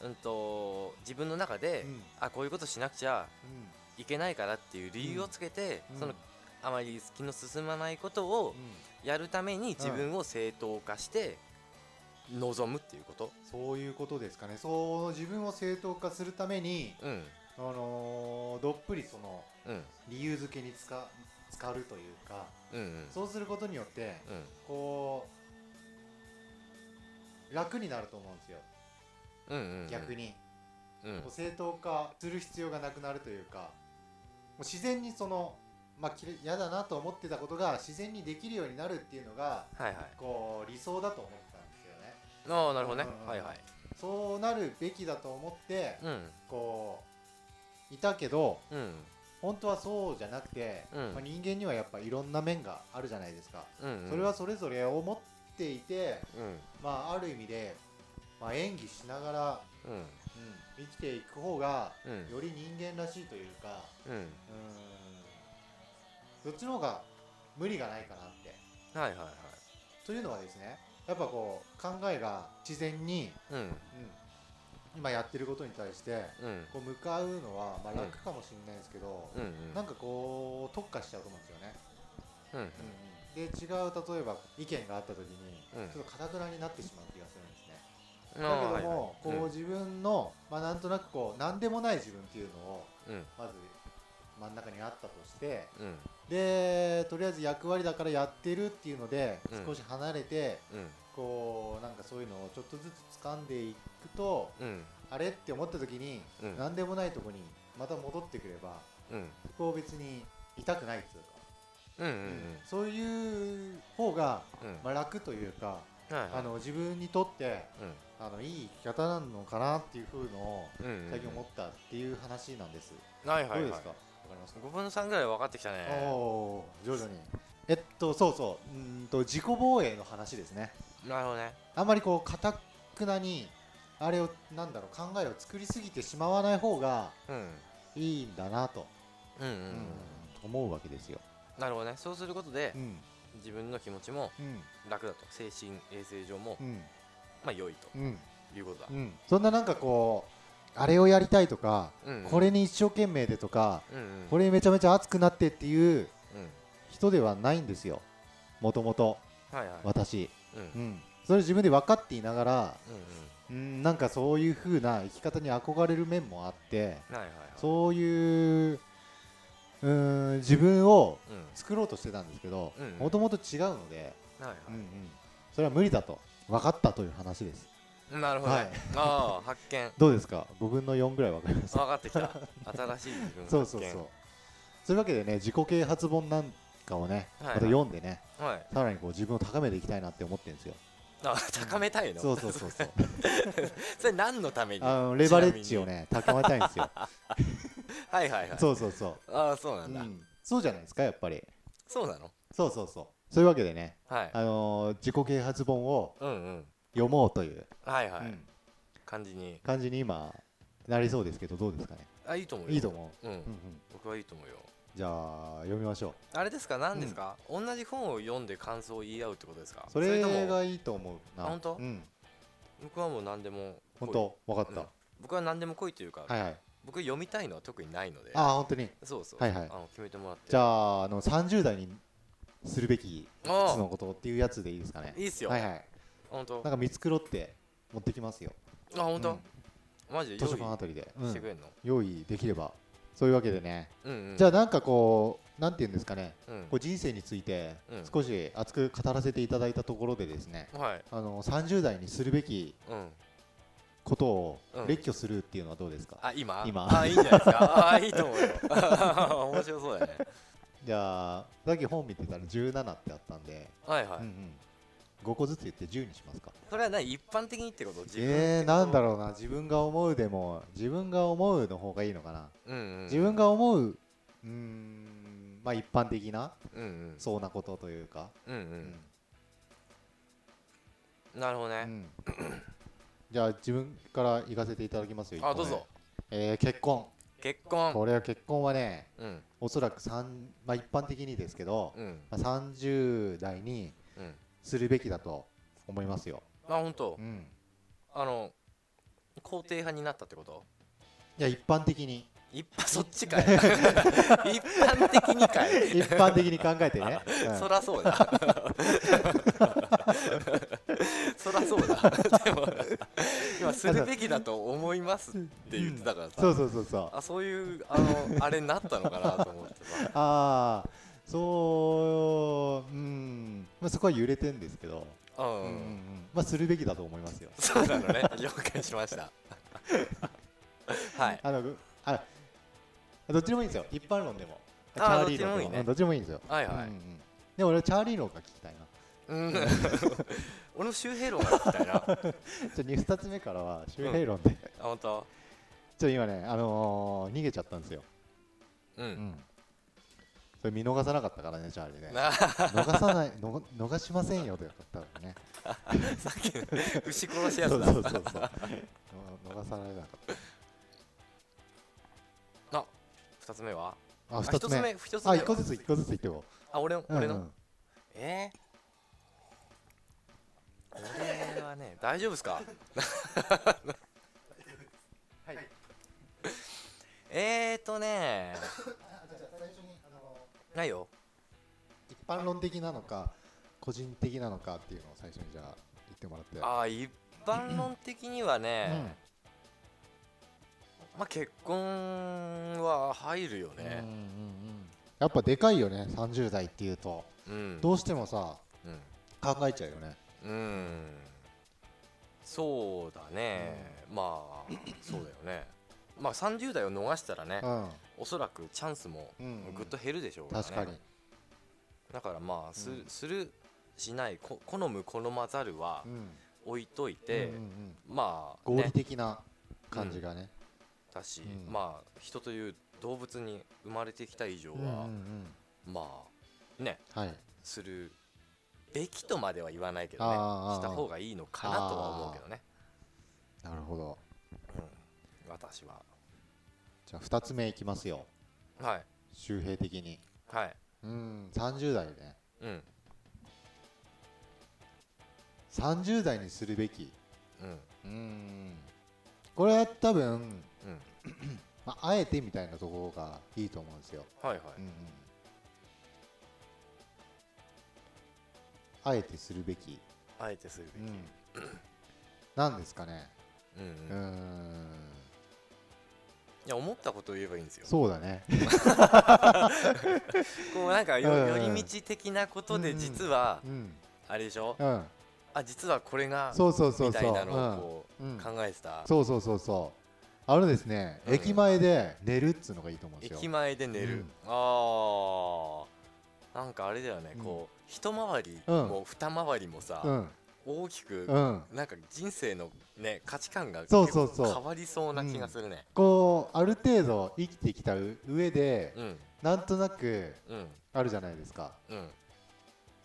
Speaker 3: うん、と自分の中で、
Speaker 2: うん
Speaker 3: あこういうことしなくちゃいけないからっていう理由をつけて、
Speaker 2: うん
Speaker 3: そのあまり気の進まないことを
Speaker 2: うんうん
Speaker 3: やるために自分を正当化して望むっていうこと、
Speaker 2: そういうことですかねそう自分を正当化するために
Speaker 3: うん
Speaker 2: あのーどっぷりその
Speaker 3: うん
Speaker 2: 理由付けに使使うというか
Speaker 3: うんうん
Speaker 2: そうすることによって
Speaker 3: うん
Speaker 2: こう楽になると思うんですよ
Speaker 3: うんうんうん
Speaker 2: 逆に、
Speaker 3: うん
Speaker 2: こう正当化する必要がなくなるというかもう自然にその、まあ、嫌だなと思ってたことが自然にできるようになるっていうのが
Speaker 3: はいはい
Speaker 2: こう理想だと思ったんですよね
Speaker 3: ああなるほどね
Speaker 2: うんうんうん
Speaker 3: はいはい
Speaker 2: そうなるべきだと思って
Speaker 3: うん
Speaker 2: こういたけど
Speaker 3: うん
Speaker 2: 本当はそうじゃなくて、
Speaker 3: うん
Speaker 2: まあ、人間にはやっぱいろんな面があるじゃないですか、
Speaker 3: うんうん
Speaker 2: それはそれぞれを持っていて、
Speaker 3: うん
Speaker 2: まあ、ある意味で、まあ、演技しながら、
Speaker 3: うん
Speaker 2: 生きていく方が
Speaker 3: うん
Speaker 2: より人間らしいというか、
Speaker 3: うん
Speaker 2: うーんどっちの方が無理がないかなって。
Speaker 3: はいはいはい
Speaker 2: というのはですね、やっぱこう考えが自然に、
Speaker 3: うん
Speaker 2: うん今やってることに対して
Speaker 3: うん
Speaker 2: こう向かうのはまあ
Speaker 3: うん
Speaker 2: 楽かもしれないですけど、
Speaker 3: うんう
Speaker 2: なん
Speaker 3: ん
Speaker 2: かこう特化しちゃうと思うんですよね。
Speaker 3: うん
Speaker 2: で違う例えば意見があった時に、
Speaker 3: うん
Speaker 2: ちょっとかたくなになってしまう気がするんですね。
Speaker 3: あ
Speaker 2: だ
Speaker 3: ー
Speaker 2: けども、
Speaker 3: はいはい
Speaker 2: こう自分の、まあ、なんとなくこう何でもない自分っていうのを
Speaker 3: うん
Speaker 2: まず真ん中にあったとして
Speaker 3: うん
Speaker 2: でとりあえず役割だからやってるっていうので
Speaker 3: うん
Speaker 2: 少し離れて、
Speaker 3: うん
Speaker 2: こうなんかそういうのをちょっとずつ掴んでいくと
Speaker 3: うん
Speaker 2: あれって思った時に、
Speaker 3: うん
Speaker 2: 何でもないとこにまた戻ってくれば
Speaker 3: うん
Speaker 2: こう別に痛くないっていうか、
Speaker 3: うんうんうん
Speaker 2: そういう方が、
Speaker 3: うん
Speaker 2: まあ、楽というか、
Speaker 3: はいはい
Speaker 2: あの自分にとって
Speaker 3: うん
Speaker 2: ああのいい生き方なのかなっていうふうのを
Speaker 3: うんうんうん
Speaker 2: 最近思ったっていう話なんです、
Speaker 3: はいはい
Speaker 2: ど
Speaker 3: はい
Speaker 2: うですかわかります
Speaker 3: 5分の3ぐらい分かってきた
Speaker 2: お
Speaker 3: ね
Speaker 2: おー徐々にえっとそうそううーんと自己防衛の話ですね
Speaker 3: なるほどね
Speaker 2: あんまりこうかたくなにあれをなんだろう考えを作りすぎてしまわない方が
Speaker 3: うん
Speaker 2: いいんだなと、
Speaker 3: うんうん、
Speaker 2: うん思うわけですよ、
Speaker 3: なるほどねそうすることで
Speaker 2: うん
Speaker 3: 自分の気持ちも
Speaker 2: うん
Speaker 3: 楽だと精神衛生上も、
Speaker 2: うん
Speaker 3: まあ良い
Speaker 2: うん
Speaker 3: ということだ、
Speaker 2: うん、そんななんかこうあれをやりたいとか、
Speaker 3: うんうん
Speaker 2: これに一生懸命でとか、
Speaker 3: うんうん、
Speaker 2: これにめちゃめちゃ熱くなってっていう
Speaker 3: うん
Speaker 2: 人ではないんですよもともと
Speaker 3: はいはい
Speaker 2: 私、
Speaker 3: うんう
Speaker 2: うんん、それ自分で分かっていながら、
Speaker 3: う
Speaker 2: うん、なんかそういう風な生き方に憧れる面もあって
Speaker 3: んはいはいはい
Speaker 2: そういううん自分を
Speaker 3: うん
Speaker 2: 作ろうとしてたんですけど
Speaker 3: うん
Speaker 2: もともと違うので、
Speaker 3: はいはい
Speaker 2: うんうん、それは無理だと分かったという話です
Speaker 3: なるほどね、
Speaker 2: はい
Speaker 3: ああ発見
Speaker 2: どうですか5分の4ぐらい分かりました
Speaker 3: 分かって
Speaker 2: (laughs)
Speaker 3: きた新しい自分の発見
Speaker 2: そうそうそう。そういうわけでね、自己啓発本なんかをね、
Speaker 3: はいはい
Speaker 2: また読んでね、
Speaker 3: はい
Speaker 2: さらにこう自分を高めていきたいなって思ってるんですよ。
Speaker 3: あ高めたいの
Speaker 2: そうそうそうそう。
Speaker 3: それ何のために
Speaker 2: (laughs) あのレバレッジをね、高めたいんですよ。
Speaker 3: はいはいはい
Speaker 2: そうそうそ
Speaker 3: ああそうな
Speaker 2: う。うん
Speaker 3: だ、
Speaker 2: ん、そうじゃないですか、やっぱり。
Speaker 3: そうなの
Speaker 2: そうそうそう。そういうわけでね、
Speaker 3: はい
Speaker 2: あのー自己啓発本を
Speaker 3: うんうん
Speaker 2: 読もうという、
Speaker 3: はいはい、
Speaker 2: うん
Speaker 3: 感じに
Speaker 2: 感じに今、なりそうですけど、どうですかね。
Speaker 3: あいいと思うよ
Speaker 2: いいと思
Speaker 3: う、うん
Speaker 2: う。うんうん、
Speaker 3: 僕はいいと思うよ
Speaker 2: じゃあ、読みましょう。
Speaker 3: あれですか何ですか、同じ本を読んで感想を言い合うってことですか
Speaker 2: それ
Speaker 3: とも
Speaker 2: がいいと思う
Speaker 3: あ
Speaker 2: な。
Speaker 3: 本当
Speaker 2: うん、
Speaker 3: 僕はもう何でも来い
Speaker 2: 本当、分かっ
Speaker 3: うん
Speaker 2: た。
Speaker 3: 僕は何でも来いというか、
Speaker 2: はいはい。
Speaker 3: 僕読みたいのは特にないので
Speaker 2: ああ、本当に。
Speaker 3: そうそう、
Speaker 2: はいはい
Speaker 3: あの決めてもらって
Speaker 2: じゃああの30代にするべき
Speaker 3: あ
Speaker 2: 靴のことっていうやつでいいですかね
Speaker 3: いいっすよ、
Speaker 2: はいはい
Speaker 3: 本当
Speaker 2: なんか見繕って持ってきますよ
Speaker 3: あ本当、
Speaker 2: うん
Speaker 3: マジで
Speaker 2: 図
Speaker 3: 用
Speaker 2: 書館あ
Speaker 3: 意
Speaker 2: たりで、
Speaker 3: し
Speaker 2: う
Speaker 3: て
Speaker 2: ん
Speaker 3: くれんの、
Speaker 2: 用意できればそういうわけでね、
Speaker 3: うんうん、
Speaker 2: じゃあなんかこうなんて言うんですかね
Speaker 3: うん
Speaker 2: こう人生について
Speaker 3: うん
Speaker 2: 少し熱く語らせていただいたところでですね、
Speaker 3: はい
Speaker 2: あの30代にするべき
Speaker 3: うん
Speaker 2: ことを
Speaker 3: うん
Speaker 2: 列挙するっていうのはどうですか、
Speaker 3: あ今
Speaker 2: 今
Speaker 3: あいいんじゃないですかあいいと思うよ (laughs) 面白そうだね
Speaker 2: じゃあさっき本見てたら17ってあったんで、
Speaker 3: はいはい、
Speaker 2: うんうん、5個ずつ言って10にしますか
Speaker 3: それは何一般的にってこと自分
Speaker 2: えー、なんだ
Speaker 3: ろ
Speaker 2: ろうな自分が思うでも自分が思うの方がいいのかな、
Speaker 3: う、うんうん、
Speaker 2: 自分が思ううーんまあ一般的な
Speaker 3: うんうん
Speaker 2: そうなことというか、
Speaker 3: うんう
Speaker 2: うん
Speaker 3: なるほど
Speaker 2: う
Speaker 3: ね、
Speaker 2: んじゃあ自分から言かせていただきますよ
Speaker 3: あ
Speaker 2: 一個目
Speaker 3: どうぞ
Speaker 2: えー結婚
Speaker 3: 結婚
Speaker 2: これは結婚はね
Speaker 3: うん
Speaker 2: おそらく三まあ一般的にですけど、
Speaker 3: うん
Speaker 2: まあ、30代に
Speaker 3: うん
Speaker 2: するべきだと思いますよ、
Speaker 3: あ本当
Speaker 2: うん、
Speaker 3: あの肯定派になったってこと
Speaker 2: いや一般的に
Speaker 3: 一
Speaker 2: (laughs)
Speaker 3: 般そっちかい一般的にかい
Speaker 2: 一般的に考えて
Speaker 3: (laughs)
Speaker 2: ね、うん
Speaker 3: そらそうだ。そらそうだ。でも、今、するべきだと思いますって言ってたからさ、
Speaker 2: そうそうそうそう
Speaker 3: あそういうあのあれになったのかなと思って
Speaker 2: (laughs)
Speaker 3: さ、
Speaker 2: ああそううん、まあ、そこは揺れてんですけど、
Speaker 3: う
Speaker 2: うん
Speaker 3: ん、
Speaker 2: うんうんまあ、するべきだと思いますよ
Speaker 3: そうなのね、了解しました。 (laughs) はい、
Speaker 2: あのぐあどっちでもいいんですよ一般論でも
Speaker 3: あー
Speaker 2: 論
Speaker 3: どっちでもいいね
Speaker 2: うんどっちでもいいんですよ
Speaker 3: はいはい
Speaker 2: うんうんでも俺はチャーリー論が聞きたいな (laughs)
Speaker 3: うん、俺の周平論が聞きたいな、あ
Speaker 2: じゃ2つ目からは周平論で、ちょっ
Speaker 3: 本当、
Speaker 2: と今ねあのー逃げちゃったんですよ、
Speaker 3: う、
Speaker 2: うんんそれ見逃さなかったからねチャーリーね
Speaker 3: なさ
Speaker 2: 逃さないの逃しませんよとかだったからね
Speaker 3: っきの牛殺しや
Speaker 2: そ
Speaker 3: つ
Speaker 2: う
Speaker 3: だ。
Speaker 2: そうそうそうの逃されなかった
Speaker 3: あ、二つ目は
Speaker 2: あ
Speaker 3: あ
Speaker 2: 2
Speaker 3: 一
Speaker 2: つ
Speaker 3: つ
Speaker 2: 目
Speaker 3: 目、一つ目
Speaker 2: あ、
Speaker 3: は
Speaker 2: 一個ずつ一個ずつ言ってよ。
Speaker 3: あ、俺の、俺の、
Speaker 2: うん
Speaker 3: えー、俺は (laughs) ね大丈夫ですかはいえーとねないよ
Speaker 2: 一般論的なのか、個人的なのかっていうのを最初にじゃあ言ってもらって。
Speaker 3: あー一般論的には
Speaker 2: う
Speaker 3: ね
Speaker 2: ん、
Speaker 3: まあ結婚は入るよ
Speaker 2: うんうんう
Speaker 3: ね
Speaker 2: んやっぱでかいよね、30代っていうと。
Speaker 3: うん
Speaker 2: どうしてもさ、
Speaker 3: うん、
Speaker 2: 考えちゃうよね。
Speaker 3: うん、そうだね、まあそうだよねまあ30代を逃したらね、おそらくチャンスも
Speaker 2: うんうん
Speaker 3: ぐっと減るでしょう
Speaker 2: うん、
Speaker 3: からね、
Speaker 2: 確かに。
Speaker 3: だからまあす,、
Speaker 2: うん
Speaker 3: するしないこ好む好まざるは
Speaker 2: うん
Speaker 3: 置いといて、
Speaker 2: うんうん
Speaker 3: まあ、
Speaker 2: 合
Speaker 3: ね
Speaker 2: 理、的な感じがね、
Speaker 3: だし、
Speaker 2: うん
Speaker 3: まあ人という動物に生まれてきた以上
Speaker 2: うんうん
Speaker 3: は、まあね
Speaker 2: うんはい
Speaker 3: するべきとまでは言わないけどね
Speaker 2: あー
Speaker 3: した方がいいのかなとは思うけどね、
Speaker 2: なるほど
Speaker 3: うん、私は
Speaker 2: じゃあ2つ目いきますよ
Speaker 3: はい
Speaker 2: 周平的に
Speaker 3: はい
Speaker 2: うん30代ね
Speaker 3: うん
Speaker 2: 30代にするべき
Speaker 3: うん
Speaker 2: うんこれは多分、
Speaker 3: うん
Speaker 2: まああえてみたいなところがいいと思うんですよ、
Speaker 3: はいはい
Speaker 2: うんうんあえてするべき、
Speaker 3: あえてするべき、
Speaker 2: うん、なんですかね
Speaker 3: うんうん
Speaker 2: うー
Speaker 3: い
Speaker 2: ん
Speaker 3: や思ったことを言えばいいんですよ
Speaker 2: そうだね
Speaker 3: こうなんか
Speaker 2: うん
Speaker 3: よ
Speaker 2: うん
Speaker 3: 寄り道的なこと
Speaker 2: う
Speaker 3: で
Speaker 2: んうん
Speaker 3: 実は
Speaker 2: うん
Speaker 3: あれでしょ
Speaker 2: うん
Speaker 3: あ実はこれが
Speaker 2: そうそうそう
Speaker 3: みたい
Speaker 2: そう
Speaker 3: なのをこ
Speaker 2: うんうん
Speaker 3: う考えてた
Speaker 2: そうそうそうそうあのですね、
Speaker 3: うん
Speaker 2: 駅前で寝るっつうのがいいと思うんですよ
Speaker 3: 駅前で寝る、
Speaker 2: うん
Speaker 3: ああなんかあれだよね、
Speaker 2: うん
Speaker 3: こう一回り
Speaker 2: うん
Speaker 3: も二回りもさ、
Speaker 2: うん
Speaker 3: 大きく、
Speaker 2: うん
Speaker 3: なんか人生のね価値観が
Speaker 2: そうそう
Speaker 3: 結構
Speaker 2: そう
Speaker 3: 変わりそうな気がするね
Speaker 2: こうある程度生きてきた上で、
Speaker 3: うん
Speaker 2: なんとなく
Speaker 3: うん
Speaker 2: あるじゃないですか
Speaker 3: うん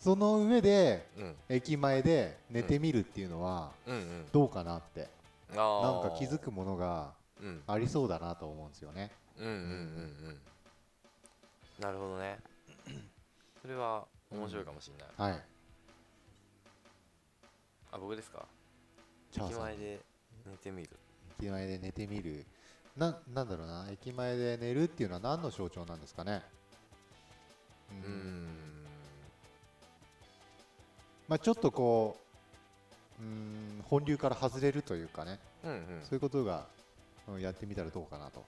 Speaker 2: その上で
Speaker 3: うん
Speaker 2: 駅前で寝てみるっていうのは
Speaker 3: うんうん
Speaker 2: どうかなって、
Speaker 3: あー
Speaker 2: なんか気づくものが
Speaker 3: うん
Speaker 2: ありそうだなと思うんですよね
Speaker 3: うんうんうんうんなるほどねそれは面白いかもしれない、
Speaker 2: はい
Speaker 3: あ僕ですか
Speaker 2: チャー
Speaker 3: 駅
Speaker 2: さん
Speaker 3: 前で寝てみる
Speaker 2: 駅前で寝てみるななんだろうな駅前で寝るっていうのは何の象徴なんですかね
Speaker 3: う
Speaker 2: うん
Speaker 3: ん
Speaker 2: まあ、ちょっとこううーん本流から外れるというかね、
Speaker 3: うんうん
Speaker 2: そういうことがうんやってみたらどうかなと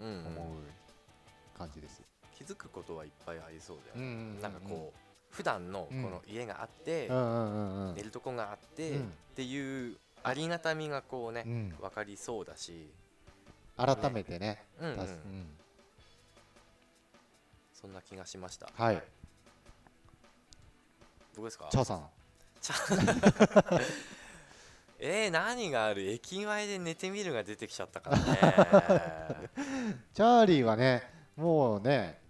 Speaker 3: うんうん
Speaker 2: 思う感じです。
Speaker 3: 気づくことはいっぱいありそうだよ
Speaker 2: う
Speaker 3: ね、
Speaker 2: ん
Speaker 3: なんかこう普段のこの家があって、
Speaker 2: うんうんうんうん
Speaker 3: 寝るとこがあって、
Speaker 2: うん
Speaker 3: っていうありがたみがこうね、
Speaker 2: うん
Speaker 3: 分かりそうだし、
Speaker 2: 改めてね、
Speaker 3: うんうん
Speaker 2: 出すうん
Speaker 3: そんな気がしました。
Speaker 2: はい、
Speaker 3: どうですか
Speaker 2: チャさん、
Speaker 3: ちゃ (laughs) えー、何がある駅前で寝てみるが出てきちゃった (laughs) からね。
Speaker 2: チャーリーはね、もうね、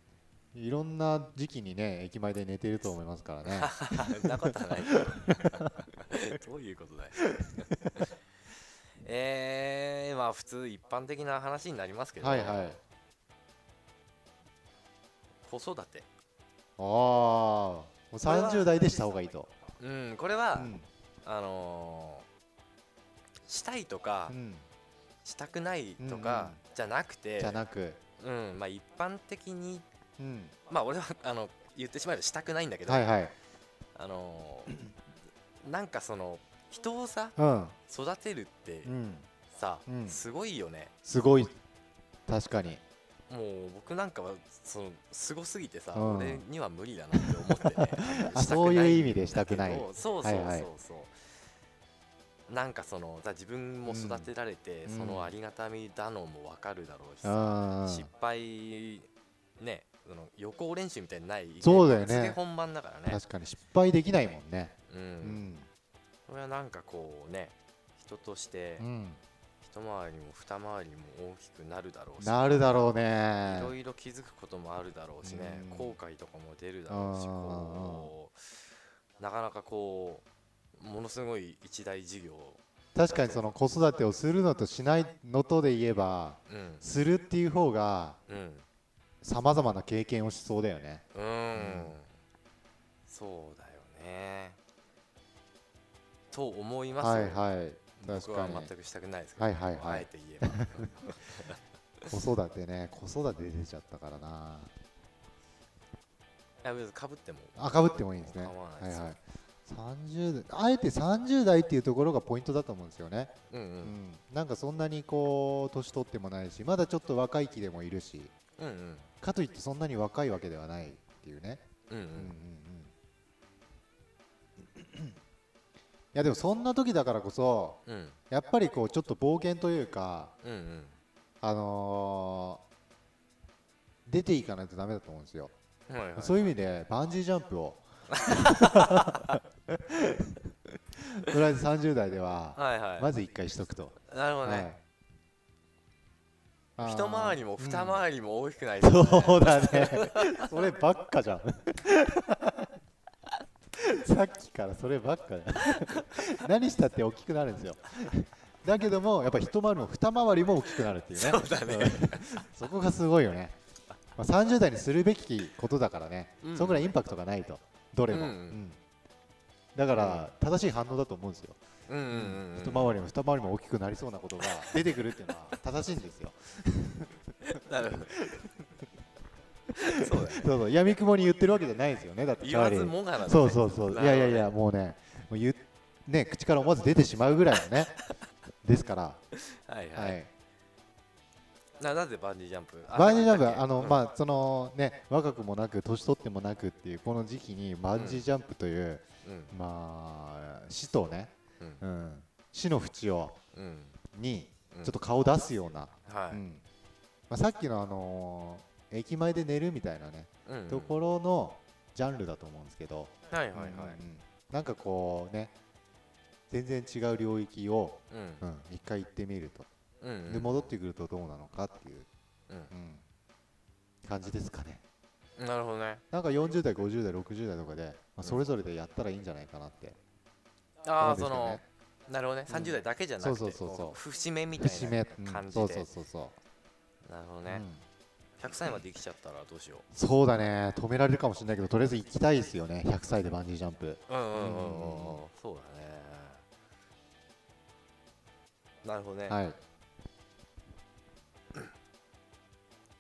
Speaker 2: いろんな時期にね、駅前で寝てると思いますから (laughs) ね。
Speaker 3: そんなことはないけどどういう (laughs) ことだよえー、まあ普通一般的な話になりますけど、
Speaker 2: はいはい。
Speaker 3: 子育て、
Speaker 2: ああ、もう30代でした方がいいと。
Speaker 3: うん、これは、
Speaker 2: うん
Speaker 3: あのーしたいとか、
Speaker 2: うん
Speaker 3: したくないとかじゃなくて、
Speaker 2: じゃなく、
Speaker 3: うんまあ、一般的に
Speaker 2: うん
Speaker 3: まあ俺はあの言ってしまえばしたくないんだけど、
Speaker 2: はいはい。
Speaker 3: あのーなんかその人をさ
Speaker 2: うん
Speaker 3: 育てるって
Speaker 2: うん、
Speaker 3: さ、
Speaker 2: うん
Speaker 3: すごいよね
Speaker 2: すごい確かに
Speaker 3: もう僕なんかはそのすごすぎてさ、
Speaker 2: うん
Speaker 3: 俺には無理だなって思ってね
Speaker 2: (laughs) あ
Speaker 3: したくない
Speaker 2: そういう意味でしたくない
Speaker 3: んだけどそうそうそうそう、
Speaker 2: はいはい
Speaker 3: なんかそのさ自分も育てられて、
Speaker 2: うん
Speaker 3: そのありがたみだのも分かるだろうし
Speaker 2: う
Speaker 3: さ、
Speaker 2: ん
Speaker 3: 失敗ねその予行練習みたいにない
Speaker 2: そうだよね
Speaker 3: ぶっつけ本番だからね
Speaker 2: 確かに失敗できないもんね
Speaker 3: うん、
Speaker 2: うん
Speaker 3: これはなんかこうね人として
Speaker 2: うん
Speaker 3: 一回りも二回りも大きくなるだろうし
Speaker 2: なるだろう
Speaker 3: い
Speaker 2: ね
Speaker 3: ろいろ気づくこともあるだろうしね、
Speaker 2: うん
Speaker 3: 後悔とかも出るだろうし
Speaker 2: あー
Speaker 3: こうなかなかこうものすごい一大事業、
Speaker 2: 確かにその子育てをするのとしないのとで言えば
Speaker 3: うん
Speaker 2: するっていう方が
Speaker 3: うん
Speaker 2: さまざまな経験をしそうだよね
Speaker 3: うーんそうだよねと思いますよ、
Speaker 2: はいはい
Speaker 3: 僕
Speaker 2: 確
Speaker 3: は
Speaker 2: か
Speaker 3: 全くしたくないですけど、
Speaker 2: はいはいはい
Speaker 3: あえて
Speaker 2: (laughs)
Speaker 3: 言えば
Speaker 2: に子育てね子育て出ちゃったからな
Speaker 3: あ別にかぶっても
Speaker 2: あかぶってもいいんですね
Speaker 3: 構わない
Speaker 2: は
Speaker 3: で
Speaker 2: い
Speaker 3: すよ
Speaker 2: はい30代あえて30代っていうところがポイントだと思うんですよね
Speaker 3: うんうん
Speaker 2: うん、なんかそんなにこう年取ってもないしまだちょっと若い気でもいるし
Speaker 3: うんうん
Speaker 2: かといってそんなに若いわけではないっていうね、
Speaker 3: うんうん
Speaker 2: うんうんうん、 (coughs) いやでもそんな時だからこそ
Speaker 3: うん
Speaker 2: やっぱりこうちょっと冒険というか、
Speaker 3: うんうん
Speaker 2: あのー出ていかないとダメだと思うんですよ、
Speaker 3: はいはい (laughs)
Speaker 2: そういう意味でバンジージャンプをとりあえず30代では、
Speaker 3: はいはい、
Speaker 2: まず1回しとくと。
Speaker 3: なるほど
Speaker 2: はい
Speaker 3: ね、一回りも二回りも大きくないと、ね
Speaker 2: そうだね。そればっかじゃん。さっきからそればっかだ。何したって大きくなるんですよ。だけども、やっぱ一回りも二回りも大きくなるっていうね。
Speaker 3: そうだね
Speaker 2: うんそこがすごいよね。まあ、30代にするべきことだからね、
Speaker 3: うん
Speaker 2: そこらいインパクトがないと、どれも。
Speaker 3: うん
Speaker 2: うんだから、正しい反応だと思うんですよ。
Speaker 3: うんうんうん
Speaker 2: 一回りも二回りも大きくなりそうなことが出てくるっていうのは正しいんですよ。
Speaker 3: なるほどそうだね
Speaker 2: そうそう、やみくもに言ってるわけじゃないですよね、だってチ
Speaker 3: 言
Speaker 2: ャー
Speaker 3: わ
Speaker 2: リー
Speaker 3: ずもがなの、ね、
Speaker 2: そうそうそう、
Speaker 3: なるほど
Speaker 2: い
Speaker 3: ね
Speaker 2: やいやいや、もうね、もう言うね口から思わず出てしまうぐらいのね、
Speaker 3: (laughs)
Speaker 2: ですから、
Speaker 3: はいは、
Speaker 2: はいい、
Speaker 3: ななぜバンジージャンプ
Speaker 2: バンジージャンプ、あの、
Speaker 3: あ
Speaker 2: まあ、そのね、若くもなく、年取ってもなくっていう、この時期にバンジージャンプという、
Speaker 3: うん
Speaker 2: まあ、死とね、
Speaker 3: う
Speaker 2: うん、死の淵を
Speaker 3: うん
Speaker 2: に
Speaker 3: うん
Speaker 2: ちょっと顔を出すような、
Speaker 3: は
Speaker 2: う
Speaker 3: い
Speaker 2: んまあ、さっきの、あのー駅前で寝るみたいなね、
Speaker 3: うんうん
Speaker 2: ところのジャンルだと思うんですけど。
Speaker 3: はいはいはい
Speaker 2: うんなんかこうね全然違う領域を、
Speaker 3: うん
Speaker 2: うん一回行ってみると、
Speaker 3: うんうん
Speaker 2: で戻ってくるとどうなのかっていう、
Speaker 3: うん
Speaker 2: うん感じですかね
Speaker 3: なるほどね
Speaker 2: なんか40代50代60代とかで、まあ、それぞれでやったらいいんじゃないかなって
Speaker 3: ああ
Speaker 2: 思
Speaker 3: そ
Speaker 2: うん
Speaker 3: のなるほどね30代だけじゃなくて、
Speaker 2: そうそうそうそう
Speaker 3: こ節目みた
Speaker 2: ですけ
Speaker 3: い
Speaker 2: ど
Speaker 3: な
Speaker 2: ね節目、う
Speaker 3: 感
Speaker 2: ん、
Speaker 3: じ
Speaker 2: そ
Speaker 3: で
Speaker 2: うそうそうそう、
Speaker 3: なるほど
Speaker 2: う
Speaker 3: ね、
Speaker 2: ん
Speaker 3: 100歳まで生きちゃったらどうしよ
Speaker 2: そうだね止められるかもしれないけどとりあえず行きたいですよね100歳でバンジージャンプ
Speaker 3: ううんうんうん
Speaker 2: うんうん
Speaker 3: うんうんそうだねなるほどね、
Speaker 2: はい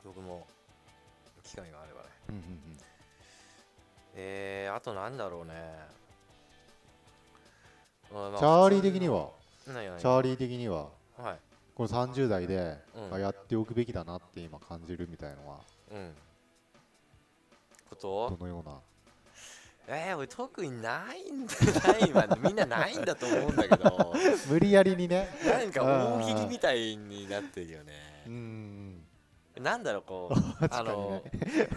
Speaker 3: 僕も機会があればね
Speaker 2: うんうんうん
Speaker 3: えー、あとなんだろうねうんまあ
Speaker 2: チャーリー的には
Speaker 3: 何が何
Speaker 2: チ
Speaker 3: が
Speaker 2: ャーリー的には
Speaker 3: はい
Speaker 2: この30代で
Speaker 3: うん
Speaker 2: あやっておくべきだなって今感じるみたいのは
Speaker 3: うんこ
Speaker 2: ど
Speaker 3: と
Speaker 2: のような
Speaker 3: えー、俺特にないんだないわみんなないんだと思うんだけ
Speaker 2: (laughs)
Speaker 3: ど
Speaker 2: 無理やりにね
Speaker 3: なんか大喜利みたいになってるよ
Speaker 2: う
Speaker 3: ね
Speaker 2: ん
Speaker 3: なんだろう
Speaker 2: (laughs)
Speaker 3: こうあの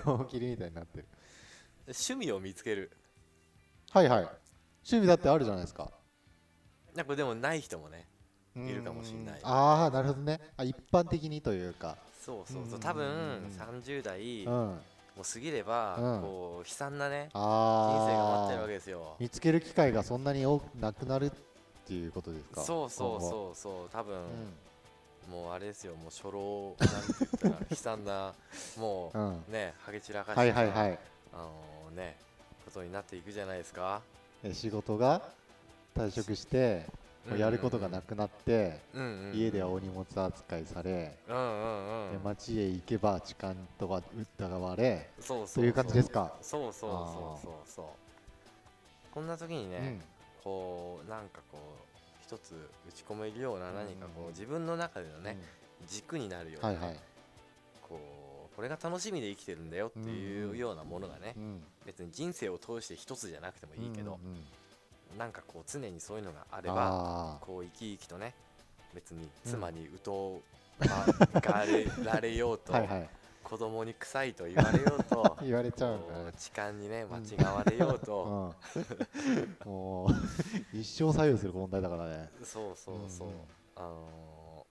Speaker 2: 大喜利みたいになってる
Speaker 3: 趣味を見つける
Speaker 2: はいはい趣味だってあるじゃないですか
Speaker 3: なんかでもない人もね
Speaker 2: うん
Speaker 3: いるかもしんない
Speaker 2: ああなるほどねあ一般的にというか
Speaker 3: そうそう
Speaker 2: うんうん
Speaker 3: そう
Speaker 2: うん
Speaker 3: うん多分30代
Speaker 2: うん
Speaker 3: も
Speaker 2: あ
Speaker 3: う過ぎれば
Speaker 2: うん
Speaker 3: こう悲惨なね人生が終わっちゃうわ
Speaker 2: あ
Speaker 3: けですよ
Speaker 2: 見つける機会がそんなに多くなくなるっていうことですか
Speaker 3: そうそう
Speaker 2: 今後
Speaker 3: そうそう多分
Speaker 2: う
Speaker 3: もうあれですよもう初老なんて言ったら悲惨
Speaker 2: (laughs)
Speaker 3: なも
Speaker 2: んうん
Speaker 3: うねハゲ散らかし
Speaker 2: はいはい
Speaker 3: た
Speaker 2: はい
Speaker 3: あのねことになっていくじゃないですか
Speaker 2: え仕事が退職してもうやることがなくなって
Speaker 3: うんうんうん
Speaker 2: 家ではお荷物扱いされ
Speaker 3: うんうんう
Speaker 2: で
Speaker 3: ん
Speaker 2: 街へ行けば痴漢とか疑われ
Speaker 3: そうそう
Speaker 2: という感じですか
Speaker 3: そうそうそうそうそうこんな時にね、こうなんかこう一つ打ち込めるような何か
Speaker 2: うん
Speaker 3: こう自分の中でのね、軸になるよう
Speaker 2: うん
Speaker 3: な
Speaker 2: は
Speaker 3: ね、
Speaker 2: いはい、
Speaker 3: こうこれが楽しみで生きてるんだよってい
Speaker 2: んう
Speaker 3: うんようなものがね、
Speaker 2: うん
Speaker 3: 別に人生を通して一つじゃなくてもいいけど
Speaker 2: う、んうん
Speaker 3: なんかこう常にそういうのがあれば
Speaker 2: あ
Speaker 3: こう生き生きとね別に
Speaker 2: うん
Speaker 3: 妻に疎がれられよう
Speaker 2: あ
Speaker 3: と、
Speaker 2: (laughs) はいはい
Speaker 3: 子供に臭いと言われようと
Speaker 2: 言われちゃ (laughs) うん
Speaker 3: こ
Speaker 2: だね
Speaker 3: う痴漢にね間違われよう
Speaker 2: う
Speaker 3: と、
Speaker 2: ん (laughs) もう一生左右する問題だからね
Speaker 3: そうそうそう、
Speaker 2: うんうん
Speaker 3: あの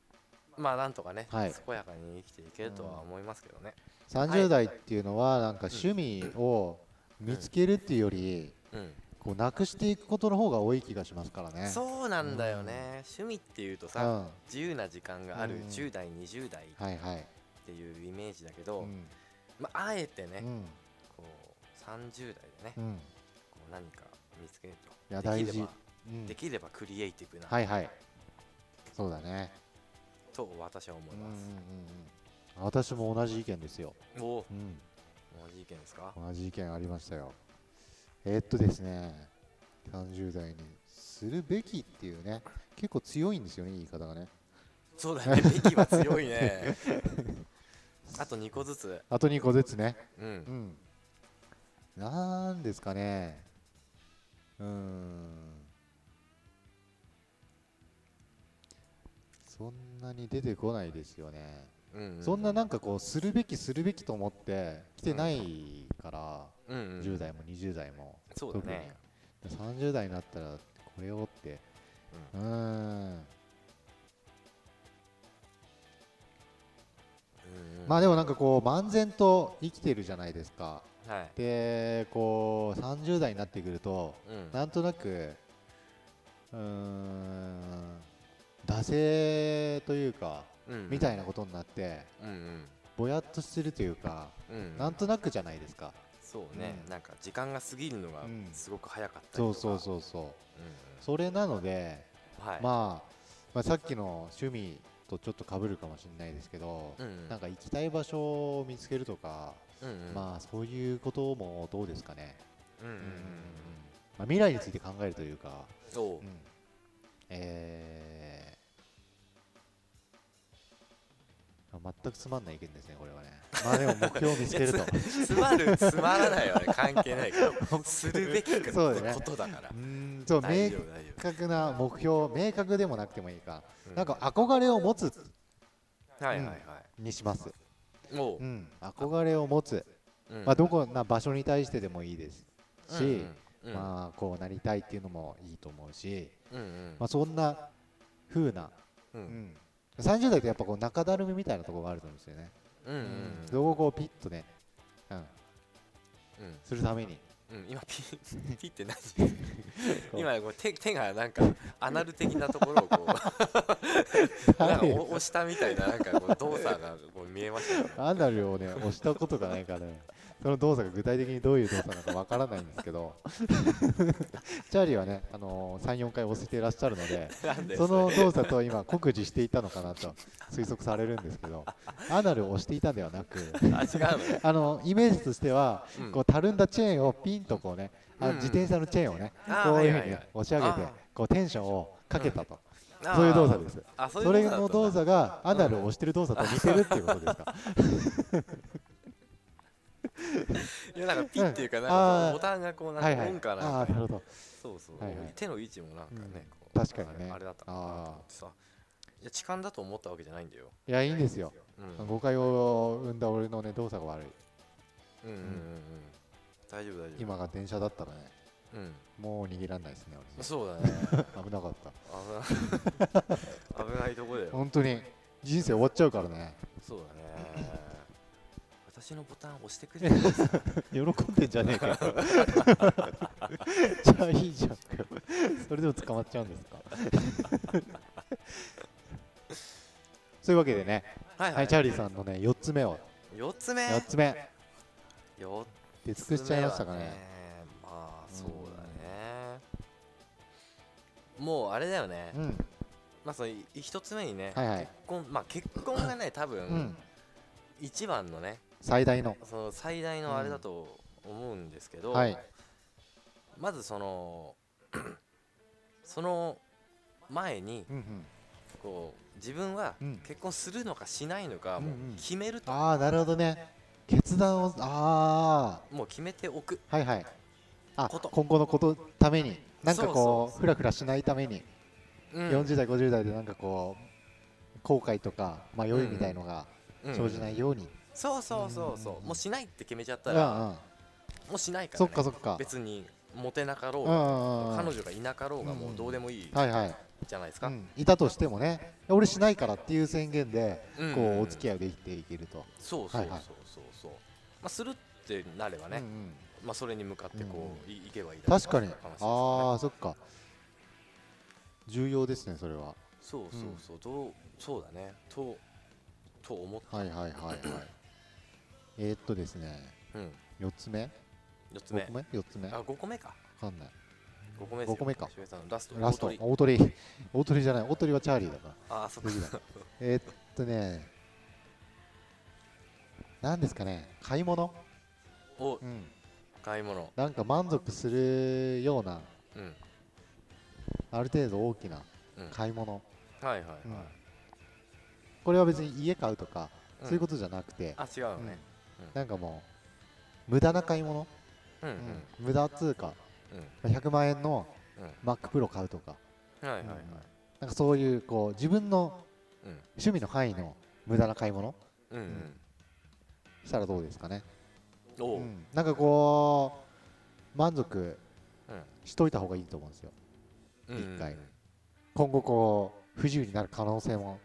Speaker 3: ーまあなんとかね、
Speaker 2: はい
Speaker 3: 健やかに生きていけるとは思いますけどね、
Speaker 2: 30代っていうのはなんか趣味を見つけるっていうより
Speaker 3: うん
Speaker 2: こうなくしていくことの方が多い気がしますからねう
Speaker 3: そうなんだよね、趣味っていうと
Speaker 2: ん
Speaker 3: さ、自由な時間がある
Speaker 2: うん
Speaker 3: 10代20代っ
Speaker 2: はいはい
Speaker 3: ていうイメージだけど、
Speaker 2: うん
Speaker 3: まああえてね、
Speaker 2: うん
Speaker 3: こう30代でね、
Speaker 2: うん
Speaker 3: こう何か見つけると
Speaker 2: いや
Speaker 3: でき
Speaker 2: 大
Speaker 3: れ
Speaker 2: 事
Speaker 3: ば、
Speaker 2: うん
Speaker 3: できればクリエイティブな、
Speaker 2: はいはいそうだね
Speaker 3: と私は思います、
Speaker 2: うんうんうん私も同じ意見ですよ、
Speaker 3: おお
Speaker 2: うん、
Speaker 3: 同じ意見ですか
Speaker 2: 同じ意見ありましたよえーっとですね30代にするべきっていうね結構強いんですよね言い方がね
Speaker 3: そうだねべきは強い
Speaker 2: (laughs)
Speaker 3: ねあと2個ずつ
Speaker 2: あと2個ずつね
Speaker 3: う
Speaker 2: うんんなんですかねうーんそんなに出てこないですよね、
Speaker 3: うんう
Speaker 2: そんななんかこうするべきするべきと思って来てないから、
Speaker 3: うんうん
Speaker 2: 10代も20代も
Speaker 3: そうだ
Speaker 2: 特に
Speaker 3: ね
Speaker 2: 30代になったらこれをってうん
Speaker 3: うんうん
Speaker 2: まあでもなんかこう漫然と生きてるじゃないですか
Speaker 3: はい
Speaker 2: でこう30代になってくると
Speaker 3: うん
Speaker 2: なんとなくうーん惰性というか
Speaker 3: うん
Speaker 2: みたいなことになって
Speaker 3: うんうん
Speaker 2: ぼやっとしてるというか
Speaker 3: うん
Speaker 2: なんとなくじゃないですか
Speaker 3: そうね、
Speaker 2: うん
Speaker 3: なんか時間が過ぎるのが
Speaker 2: うん
Speaker 3: すごく早かったりと
Speaker 2: そ
Speaker 3: か
Speaker 2: うそう
Speaker 3: う、
Speaker 2: そうそうん
Speaker 3: うん
Speaker 2: それなので
Speaker 3: はい、
Speaker 2: まあまあさっきの趣味とちょっとかぶるかもしれないですけど
Speaker 3: うんうん
Speaker 2: なんか行きたい場所を見つけるとか
Speaker 3: うんうん、
Speaker 2: まあそういうこともどうですかね
Speaker 3: うんうんうんうん
Speaker 2: まあ未来について考えるというか
Speaker 3: そう
Speaker 2: うんえー全くつまんない意見ですね、これはね。まあでも目標を見つ
Speaker 3: (laughs)
Speaker 2: けると。
Speaker 3: つまるつまらないはね関係ないからするべき
Speaker 2: そ
Speaker 3: こ
Speaker 2: うだね
Speaker 3: とだから
Speaker 2: うーん、そう、
Speaker 3: 大
Speaker 2: 明
Speaker 3: 丈夫大丈
Speaker 2: 確な目標、明確でもなくてもいいか、
Speaker 3: 夫
Speaker 2: なんか憧れを持つ
Speaker 3: うんはいはいは
Speaker 2: にします。
Speaker 3: いも
Speaker 2: う、ん、憧れを持つ。
Speaker 3: うんうん
Speaker 2: まあどこな場所に対してでもいいです
Speaker 3: うん
Speaker 2: し、
Speaker 3: うん
Speaker 2: まあこうなりたいっていうのもいいと思うし、
Speaker 3: うんうん
Speaker 2: まあそんな風な、
Speaker 3: う
Speaker 2: うんん、30代ってやっぱこう中だるみみたいなところがあると思うんですよね。
Speaker 3: うんうん
Speaker 2: そこをこうピッとね、うん、
Speaker 3: うん
Speaker 2: するために
Speaker 3: うん今
Speaker 2: (laughs)
Speaker 3: ピッピッて何今こう手手がなんかアナル的なところを
Speaker 2: (laughs)
Speaker 3: こうなんかお押したみたいななんかこう動作がこう見えましたよね
Speaker 2: アナルをね押したことがないからね (laughs) その動作が具体的にどういう動作なのかわからないんですけど (laughs) チャーリーはね、あのー、34回押していらっしゃるので
Speaker 3: なんで
Speaker 2: (laughs) その動作と今酷似していたのかなと推測されるんですけどアナルを押していたんではなく
Speaker 3: あ違うのね
Speaker 2: あのイメージとしては、
Speaker 3: うん
Speaker 2: こうたるんだチェーンをピンとこうね、あ
Speaker 3: うん
Speaker 2: の自転車のチェーンをね、
Speaker 3: あー
Speaker 2: こういうふう
Speaker 3: は
Speaker 2: に、
Speaker 3: い
Speaker 2: ね
Speaker 3: はい
Speaker 2: 押し上げ
Speaker 3: あ
Speaker 2: てこうテンションをかけたと、
Speaker 3: あー
Speaker 2: そういう動作です
Speaker 3: あそう
Speaker 2: そ
Speaker 3: い
Speaker 2: れ
Speaker 3: うだ
Speaker 2: の
Speaker 3: ったん
Speaker 2: 動
Speaker 3: だ
Speaker 2: 作がアナルを押してる動作と似てるっていうことです
Speaker 3: (laughs)
Speaker 2: か、
Speaker 3: いやなんかピッっていうかなん
Speaker 2: あ
Speaker 3: か
Speaker 2: ー
Speaker 3: ボタンがこうなん
Speaker 2: はい
Speaker 3: か
Speaker 2: は
Speaker 3: オン
Speaker 2: い
Speaker 3: かな
Speaker 2: あ
Speaker 3: ん
Speaker 2: ーな
Speaker 3: か
Speaker 2: るほど
Speaker 3: そうそう、
Speaker 2: はいはい
Speaker 3: 手の位置もなんかね、こう
Speaker 2: うん確かにね
Speaker 3: あれあれだったかなと思ってさいや痴漢だと思ったわけじゃないんだよ
Speaker 2: いやいいんですよ
Speaker 3: うん
Speaker 2: 誤解を生んだ俺のね動作が悪い
Speaker 3: うんうんうんうん大丈夫大丈夫
Speaker 2: 今が電車だったらね
Speaker 3: うん
Speaker 2: もう逃げられないですね
Speaker 3: そうだ
Speaker 2: (laughs)
Speaker 3: ね (laughs)
Speaker 2: 俺危なかった
Speaker 3: 危ない危ないとこだよ
Speaker 2: 本当に人生終わっちゃうからね
Speaker 3: そうだ
Speaker 2: (laughs)
Speaker 3: ね私のボタン押してくれてる
Speaker 2: 喜ん (laughs) でんじゃねえかよじゃあいいじゃんかよそれでも捕まっちゃうんですか (laughs) そういうわけでね、
Speaker 3: はい
Speaker 2: はい、チャーリーさんのね4つ目を
Speaker 3: 4つ目
Speaker 2: 4つ目
Speaker 3: 4
Speaker 2: 出
Speaker 3: つ
Speaker 2: 尽
Speaker 3: 目
Speaker 2: くしちゃいましたかね
Speaker 3: はまあそうだねもうあれだよね
Speaker 2: うん
Speaker 3: まあそのい一つ目にね、
Speaker 2: はいはい
Speaker 3: 結婚まあ結婚がね多
Speaker 2: う
Speaker 3: 分
Speaker 2: ん
Speaker 3: 一番のね
Speaker 2: 最大の
Speaker 3: その最大のあれだと思うんですけど、
Speaker 2: はい
Speaker 3: まずそのその前に
Speaker 2: うんうん
Speaker 3: こう自分は
Speaker 2: うん
Speaker 3: 結婚するのかしないのか
Speaker 2: うん
Speaker 3: もう
Speaker 2: うん
Speaker 3: 決めると、
Speaker 2: ああなるほどね決断をあ
Speaker 3: もう決めておく
Speaker 2: あはいはいあ
Speaker 3: こと
Speaker 2: 今後のことためになんか
Speaker 3: そう
Speaker 2: こ
Speaker 3: そう
Speaker 2: うふらふらしないために
Speaker 3: うん
Speaker 2: 40代50代でなんかこう後悔とか迷いみたいのが
Speaker 3: うん
Speaker 2: 生じないように
Speaker 3: そうそうそうそう、
Speaker 2: うん
Speaker 3: もうしないって決めちゃっ
Speaker 2: う
Speaker 3: た
Speaker 2: ん
Speaker 3: ら、
Speaker 2: うん
Speaker 3: もうしないから、
Speaker 2: そ
Speaker 3: ね
Speaker 2: っ、かそっか
Speaker 3: 別にモテなかろう
Speaker 2: うんう
Speaker 3: が、
Speaker 2: んうん
Speaker 3: 彼女がいなかろうが
Speaker 2: うんうん
Speaker 3: もうどうでもいい
Speaker 2: はいはい
Speaker 3: じゃないです
Speaker 2: う
Speaker 3: か、
Speaker 2: んいたとしてもね俺しないからっていう宣言で
Speaker 3: うん
Speaker 2: こうお付き合いできていけると
Speaker 3: そうそうそ
Speaker 2: は
Speaker 3: う
Speaker 2: いはい
Speaker 3: そうそう、まあ、するってなればね、
Speaker 2: うんうん
Speaker 3: まあ、それに向かってこう、いいけばいいだけ
Speaker 2: 確かに
Speaker 3: 話ですよね
Speaker 2: ああそっか重要ですねそれは
Speaker 3: そうそうそう、どうそうだねとと思っ
Speaker 2: はいはいはいはいえーっとですね
Speaker 3: うん
Speaker 2: 4つ目
Speaker 3: 4つ目
Speaker 2: 5個目4つ目
Speaker 3: あ
Speaker 2: わ
Speaker 3: 5個目か
Speaker 2: かんない
Speaker 3: 5個目ですよ
Speaker 2: 五個目か
Speaker 3: 秀平さんラスト
Speaker 2: ラスト
Speaker 3: 大鳥
Speaker 2: 大鳥大鳥じゃない大鳥はチャーリーだから
Speaker 3: あーそっか
Speaker 2: 次だえーっとね何ですかね買い物
Speaker 3: お
Speaker 2: うん
Speaker 3: 買い物
Speaker 2: なんか満足するような
Speaker 3: うん
Speaker 2: ある程度大きな
Speaker 3: うん
Speaker 2: 買い物、
Speaker 3: はいはいはい、
Speaker 2: うんこれは別に家買うとか、
Speaker 3: うん
Speaker 2: そういうことじゃなくて、
Speaker 3: あ違うのね
Speaker 2: うん
Speaker 3: うん
Speaker 2: なんかもう無駄な買い物、
Speaker 3: うんう
Speaker 2: うんん無駄通貨
Speaker 3: うん
Speaker 2: 100万円の
Speaker 3: うん
Speaker 2: MacPro 買うとか
Speaker 3: はいはいはい
Speaker 2: なんかそういうこう自分の
Speaker 3: うん
Speaker 2: 趣味の範囲の無駄な買い物
Speaker 3: うんうん
Speaker 2: したらどうですかね、
Speaker 3: おう
Speaker 2: うんんなんかこう満足
Speaker 3: うん
Speaker 2: しといた方がいいと思うんですよ
Speaker 3: うんうん
Speaker 2: 一回今後こう不自由になる可能性も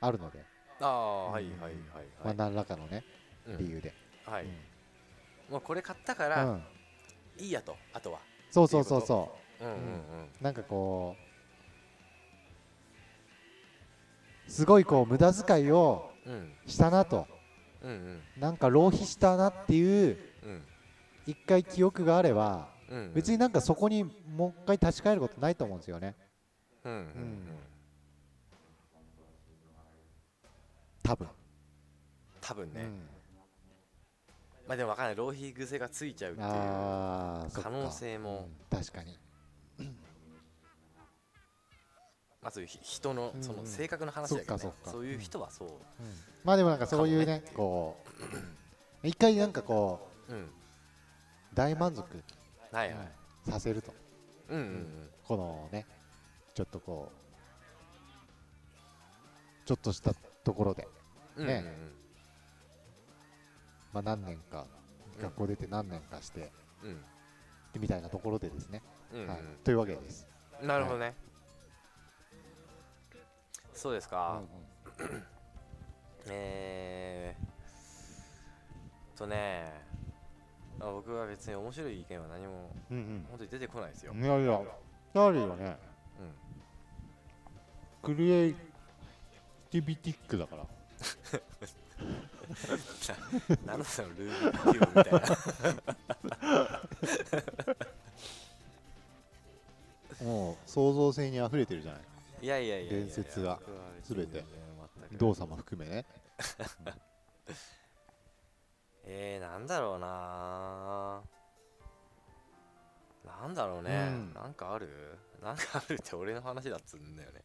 Speaker 2: あるので、
Speaker 3: ああはいはい
Speaker 2: ま
Speaker 3: は
Speaker 2: あ、
Speaker 3: い
Speaker 2: 何らかのね
Speaker 3: うん
Speaker 2: 理由で、
Speaker 3: は
Speaker 2: う
Speaker 3: い
Speaker 2: ん
Speaker 3: もうこれ買ったか
Speaker 2: う
Speaker 3: ら
Speaker 2: ん
Speaker 3: いいやとあとは
Speaker 2: そうそうそうそ
Speaker 3: うんうん
Speaker 2: うなんかこうすごいこう無駄遣いを
Speaker 3: うんうん
Speaker 2: したなと
Speaker 3: うんうん
Speaker 2: なんか浪費したなっていう
Speaker 3: うん
Speaker 2: 一回記憶があれば
Speaker 3: うん
Speaker 2: 別になんかそこにもう一回立ち返ることないと思うんですよね
Speaker 3: うんうんうん
Speaker 2: ん多分、
Speaker 3: 多分
Speaker 2: う
Speaker 3: ね
Speaker 2: ん、
Speaker 3: まあでもわかんない浪費癖がついちゃうっていう
Speaker 2: あーそっか
Speaker 3: 可能性も
Speaker 2: うん確かに
Speaker 3: まあそういうひ人のその性格の話だけど
Speaker 2: そっ
Speaker 3: ね
Speaker 2: かそっか
Speaker 3: そういう人はそう
Speaker 2: まあでもなんかそういうねこう一回なんかこ
Speaker 3: うん
Speaker 2: う大満足
Speaker 3: はいはい
Speaker 2: させると
Speaker 3: うんうんうん
Speaker 2: このねちょっとこうちょっとしたところで、
Speaker 3: うんうん
Speaker 2: ねまあ、何年か学校出て何年かして
Speaker 3: うんうん
Speaker 2: みたいなところでですね、
Speaker 3: うんうん
Speaker 2: はい、というわけです、
Speaker 3: なるほどねそうです
Speaker 2: うん
Speaker 3: か
Speaker 2: うん
Speaker 3: えー、とねあ僕は別に面白い意見は何も
Speaker 2: うん
Speaker 3: 本当に出てこないですよ、
Speaker 2: うんいやいやダーリーはね
Speaker 3: うん
Speaker 2: クリエイティビティックだから
Speaker 3: なんだそのルービックキューブみたい
Speaker 2: (laughs)
Speaker 3: な
Speaker 2: もう創造性にあふれてるじゃない
Speaker 3: いやいやいやいや
Speaker 2: 伝説は
Speaker 3: 僕別に
Speaker 2: 全て
Speaker 3: 全く
Speaker 2: 動作も含めね
Speaker 3: えー、なんだろうななんだろうね、
Speaker 2: うん
Speaker 3: なんかあるなんかあるって俺の話だっつうんだよね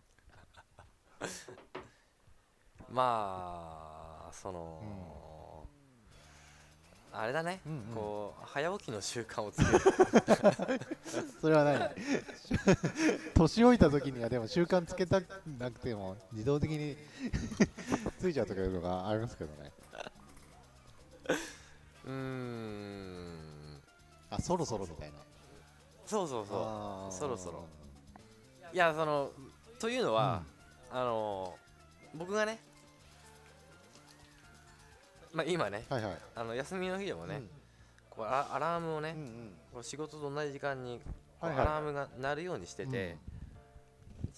Speaker 3: (laughs) まあその、あれだね、
Speaker 2: うんうん
Speaker 3: こう早起きの習慣を
Speaker 2: (laughs)
Speaker 3: つける
Speaker 2: それは何年老いた時にはでも習慣つけたくなくても自動的 (laughs) についちゃうとかいうのがありますけどね
Speaker 3: うーん
Speaker 2: あそろそろみたいな
Speaker 3: そうそうそ
Speaker 2: あー
Speaker 3: そろそろういやそのというのは、あの僕がねまあ今ね
Speaker 2: はいはい
Speaker 3: あの休みの日でもね、こうアアラームをね、
Speaker 2: うんうん
Speaker 3: こう仕事と同じ時間にこう
Speaker 2: は
Speaker 3: ア
Speaker 2: いはい
Speaker 3: ラームが鳴るようにしてて、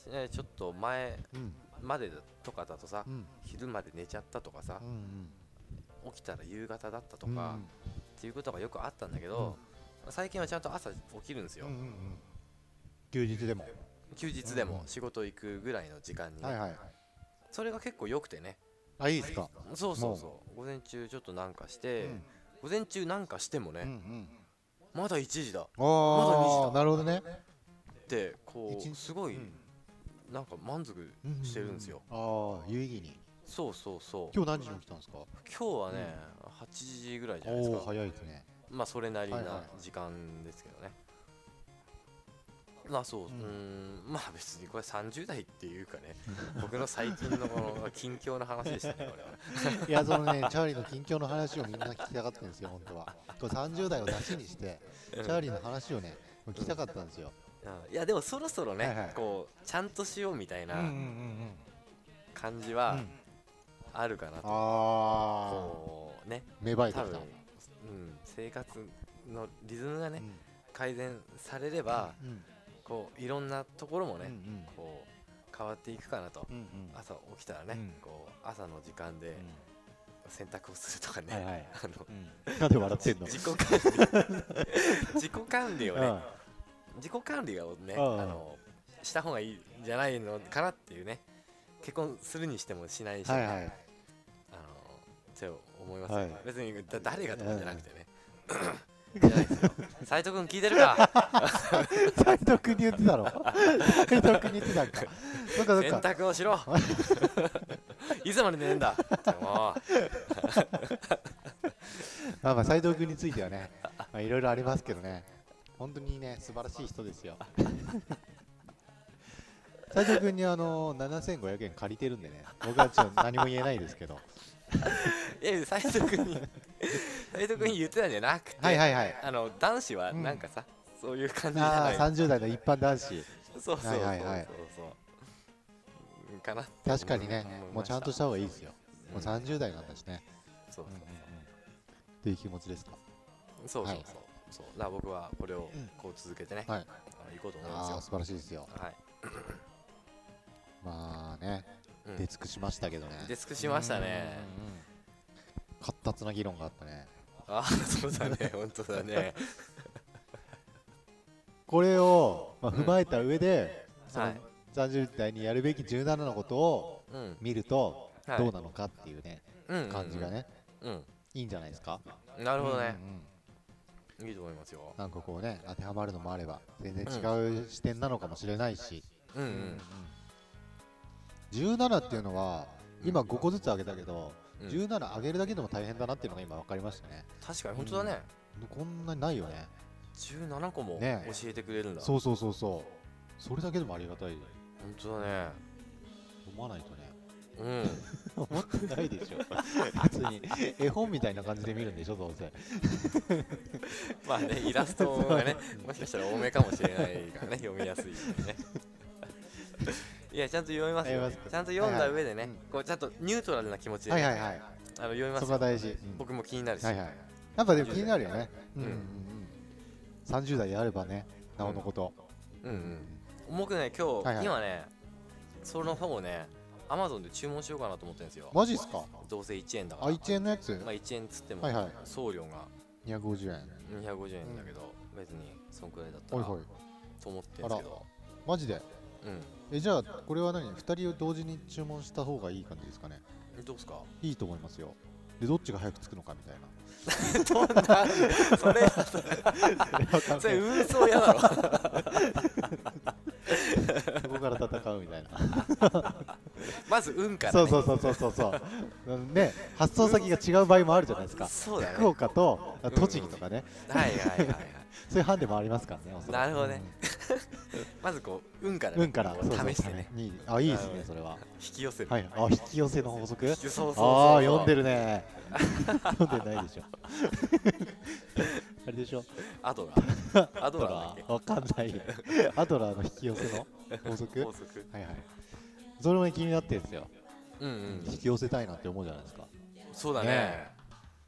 Speaker 3: えーちょっと前
Speaker 2: うん
Speaker 3: までとかだとさ、
Speaker 2: うん
Speaker 3: 昼まで寝ちゃったとかさ
Speaker 2: うんう、ん
Speaker 3: 起きたら夕方だったと
Speaker 2: うん
Speaker 3: か、っていうことがよくあったんだけど、最近はちゃんと朝起きるんですよ、
Speaker 2: うんうんうん休日でも
Speaker 3: 休日でも仕事行くぐらいの時間にね、
Speaker 2: はいはい
Speaker 3: それが結構良くてね
Speaker 2: あいいですか
Speaker 3: そうそうそう午前中ちょっとなんかして、
Speaker 2: うん
Speaker 3: 午前中なんかしてもね、
Speaker 2: うんうん
Speaker 3: まだ1時だまだ2
Speaker 2: あ
Speaker 3: 時
Speaker 2: あ
Speaker 3: だ
Speaker 2: なるほどね
Speaker 3: ってこ
Speaker 2: 一
Speaker 3: う
Speaker 2: 日
Speaker 3: すごい
Speaker 2: うん
Speaker 3: なんか満足してるんですよ、
Speaker 2: ああ有意義に
Speaker 3: そうそうそう
Speaker 2: 今日何時に起きたんですか
Speaker 3: 今日はね、8時ぐらいじゃないです
Speaker 2: おお
Speaker 3: か
Speaker 2: 早いですね
Speaker 3: まあそれなりな
Speaker 2: はいは
Speaker 3: 時間ですけどね、まあそう、うー
Speaker 2: ん
Speaker 3: ん、まあ別にこれ30代っていうかね、 (laughs) 僕の最近のこの近況の話でしたね、これは。
Speaker 2: いやそのねチャーリーの近況の話をみんな聞きたかったんですよ本当はこれ30代を出しにしてチャーリーの話をね聞きたかったんですよ (laughs)
Speaker 3: うんいやでもそろそろね、
Speaker 2: はいはい
Speaker 3: こうちゃんとしようみたい
Speaker 2: うんうんうん
Speaker 3: な
Speaker 2: うん
Speaker 3: 感じは
Speaker 2: うん
Speaker 3: あるかなと、
Speaker 2: ああ
Speaker 3: こうね
Speaker 2: 芽生えて
Speaker 3: 多
Speaker 2: き
Speaker 3: 分、
Speaker 2: た
Speaker 3: うん、生活のリズムがね、
Speaker 2: うん
Speaker 3: 改善されれば
Speaker 2: うん
Speaker 3: こういろんなところもね、
Speaker 2: うん
Speaker 3: こう変わっていくかなと
Speaker 2: うんうん
Speaker 3: 朝起きたらね、
Speaker 2: うん
Speaker 3: こう朝の時間で洗濯をするとかね、
Speaker 2: はいはい
Speaker 3: あの
Speaker 2: うんなんで笑ってん (laughs) の
Speaker 3: 自己管理 (laughs) 自己管理をね、
Speaker 2: うん
Speaker 3: 自己管理をね、
Speaker 2: うん
Speaker 3: あのした方がいいんじゃないのかなっていうね結婚するにしてもしないにしても、
Speaker 2: は
Speaker 3: ね
Speaker 2: い (laughs) はい
Speaker 3: あのそう思いますよ、
Speaker 2: はい
Speaker 3: 別にだ誰がとかじゃなくてね、じゃないですよ斉藤君聞いてる
Speaker 2: (laughs)
Speaker 3: か
Speaker 2: 斉藤君に言ってたろ斉藤君に言ってたんかそっかそっ
Speaker 3: 洗
Speaker 2: か
Speaker 3: 濯をし
Speaker 2: (laughs)
Speaker 3: ろいつまで寝るんだもう
Speaker 2: まあまあ斉藤君についてはねまあいろいろありますけどね本当にね素晴らしい人ですよ斉藤君にあの7500円借りてるんでね僕はちょっと何も言えないですけど
Speaker 3: え斉藤君に斉藤君に言ってたんじゃなくて、
Speaker 2: はいはいはい
Speaker 3: あの男子はなんかさ、そういう感じじゃ
Speaker 2: あ
Speaker 3: ない
Speaker 2: あ30代の一般男子
Speaker 3: そうそうそうそうそう、
Speaker 2: はいはいはい
Speaker 3: かなって
Speaker 2: 確かにね
Speaker 3: 思いまし、た
Speaker 2: もうちゃんとした方がいいですよ。もう30代なんだしね。
Speaker 3: そうそう
Speaker 2: っていう気持ちですか。
Speaker 3: そうそう
Speaker 2: は
Speaker 3: そう
Speaker 2: い
Speaker 3: そうだから僕はこれをこう続けてね、
Speaker 2: はい。
Speaker 3: あの行こうと思い
Speaker 2: ああ、
Speaker 3: ます
Speaker 2: 素晴らしいですよ。
Speaker 3: よはい、
Speaker 2: まあね、
Speaker 3: うん
Speaker 2: 出尽くしましたけどね。
Speaker 3: 出尽くしましたね
Speaker 2: うんうんうん。活発な議論があったね。
Speaker 3: ああそうだ
Speaker 2: (laughs)
Speaker 3: ね本当だね
Speaker 2: これを、まあ、踏まえた上で、そ
Speaker 3: は
Speaker 2: の
Speaker 3: い
Speaker 2: 30代にやるべき17のことを
Speaker 3: うん
Speaker 2: 見ると
Speaker 3: はい
Speaker 2: どうなのかっていうね、
Speaker 3: うん
Speaker 2: 感じがね、
Speaker 3: うん
Speaker 2: いいんじゃないですか。
Speaker 3: うんなるほどね
Speaker 2: うん、うんうん
Speaker 3: いいと思いますよ
Speaker 2: なんかこうね、当てはまるのもあれば、全然
Speaker 3: うん
Speaker 2: 違う視点なのかもしれないし、
Speaker 3: うんう
Speaker 2: うん
Speaker 3: ん
Speaker 2: 17っていうのは、
Speaker 3: うん
Speaker 2: 今5個ずつ上げたけど、
Speaker 3: うん
Speaker 2: 17上げるだけでも大変だなっていうのが今分かりましたね。
Speaker 3: 確かに本当だね、
Speaker 2: こんなにないよね。
Speaker 3: 17個も
Speaker 2: ね
Speaker 3: 教えてくれるんだ、
Speaker 2: そうそうそうそう。それだけでもありがたい。
Speaker 3: 本当だね
Speaker 2: 思わないとね。
Speaker 3: うん
Speaker 2: 思ってないでしょ。別に絵本みたいな感じで見るんでしょ、どうせ。
Speaker 3: まあねイラストが
Speaker 2: (laughs)
Speaker 3: ねもしかしたら多めかもしれないからね読みやすいように
Speaker 2: (laughs)
Speaker 3: ねいやちゃんと読みますよ
Speaker 2: 読みます
Speaker 3: ちゃんと読んだ上でね、
Speaker 2: はいはい
Speaker 3: こうちゃんとニュートラルな気持ちで、
Speaker 2: はいはいはい。
Speaker 3: あの読みま
Speaker 2: そ
Speaker 3: す
Speaker 2: こ
Speaker 3: よ
Speaker 2: は大事。うん
Speaker 3: 僕も気になるし、
Speaker 2: はいはい。やっぱでも気になるよね。うんうんうん。30代であればね、なおのこと。
Speaker 3: うんうん僕ね今日、
Speaker 2: はいはい
Speaker 3: 今ねその本をねアマゾンで注文しようかなと思ってるんですよ
Speaker 2: マジっすか
Speaker 3: どうせ1円だか
Speaker 2: あ、
Speaker 3: ら
Speaker 2: 1円のやつ
Speaker 3: まあ1円っつっても、
Speaker 2: はいはい
Speaker 3: 送料が
Speaker 2: ?250 円。
Speaker 3: 250円だけど、別にそんくらいだった
Speaker 2: おい
Speaker 3: ら
Speaker 2: おい。
Speaker 3: と思ってるんですけど
Speaker 2: マジで
Speaker 3: う
Speaker 2: え、じゃあ、これは何 ?2 人を同時に注文した方がいい感じですかね
Speaker 3: んどうすか
Speaker 2: いいと思いますよ。で、どっちが早く着くのかみたいな。
Speaker 3: どんなそれ
Speaker 2: (laughs)
Speaker 3: それ運送屋だろ
Speaker 2: そこから戦うみたいな。
Speaker 3: まず運から、ね、
Speaker 2: そうそうそうそうそうそう。ね、発送先が違う場合もあるじゃないですか。
Speaker 3: そうだね
Speaker 2: 福岡とあ栃木とかね、
Speaker 3: はいはいはいはい
Speaker 2: そういうハンデもありますからねおそらく。
Speaker 3: なるほど
Speaker 2: (laughs)
Speaker 3: ねまずこう運から、ね、
Speaker 2: うんから
Speaker 3: こう試してね。
Speaker 2: にあいいですねそれは。
Speaker 3: 引き寄せる、
Speaker 2: はい。あ引き寄せの法則。
Speaker 3: そうそうそうそう
Speaker 2: ああ読んでるね。読んでないで
Speaker 3: (laughs)
Speaker 2: しょ。あれでしょ。
Speaker 3: ア
Speaker 2: (laughs)
Speaker 3: ドラーア
Speaker 2: ア
Speaker 3: ドラーだっけ
Speaker 2: わかんない。アドラーの引き寄せの法則。
Speaker 3: 法
Speaker 2: は
Speaker 3: 則
Speaker 2: いはい。それも気になってるんですよ。
Speaker 3: うんう
Speaker 2: 引
Speaker 3: ん
Speaker 2: き寄せたいなって思うじゃないですか。
Speaker 3: そうだね
Speaker 2: ね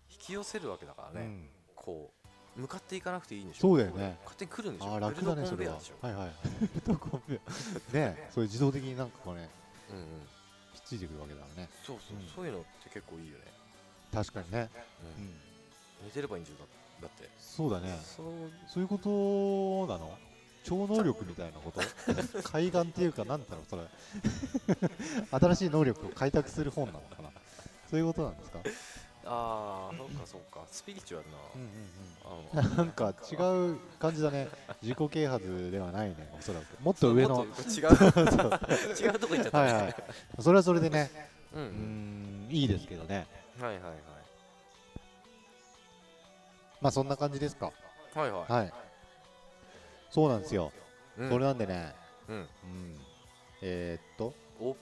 Speaker 3: 引き寄せるわけだからね、
Speaker 2: うん
Speaker 3: こう向かっていかなくていいんでしょ
Speaker 2: そうだよね
Speaker 3: 勝手に来るんでしょ
Speaker 2: ああ楽だね
Speaker 3: ベルトコン
Speaker 2: そ
Speaker 3: ベ
Speaker 2: れ
Speaker 3: ヤー
Speaker 2: は
Speaker 3: でしょ。
Speaker 2: はいはい。とコンペね (laughs) え、それ自動的になんかこうね、
Speaker 3: うんうん
Speaker 2: ひっついてくるわけだからね。
Speaker 3: そうそう、
Speaker 2: うん
Speaker 3: そういうのって結構いいよね、
Speaker 2: 確かにね。
Speaker 3: う
Speaker 2: うんん。
Speaker 3: 寝てればいいんじゃんだだって
Speaker 2: そうだね。
Speaker 3: そう
Speaker 2: そういうことなの超能力みたいなこと (laughs) 海岸っていうか、なんだろう、それ (laughs) 新しい能力を開拓する本なのかなそういうことなんですか、
Speaker 3: ああ、そっかそっか、スピリチュアルな。あの
Speaker 2: なんか違う感じだね、自己啓発ではないね、おそらく。もっと上の
Speaker 3: も、っと違う、
Speaker 2: (laughs) そう
Speaker 3: 違うとこ行っちゃった
Speaker 2: は
Speaker 3: ね。
Speaker 2: いはい、それはそれでね、
Speaker 3: うん
Speaker 2: うーん、いいですけどね、
Speaker 3: うん、はいはいはい。
Speaker 2: まあそんな感じですか、
Speaker 3: はいは
Speaker 2: はい、そうなんですよ、
Speaker 3: い。うん
Speaker 2: それなんでね、
Speaker 3: うん、
Speaker 2: うん、えーっと、
Speaker 3: お、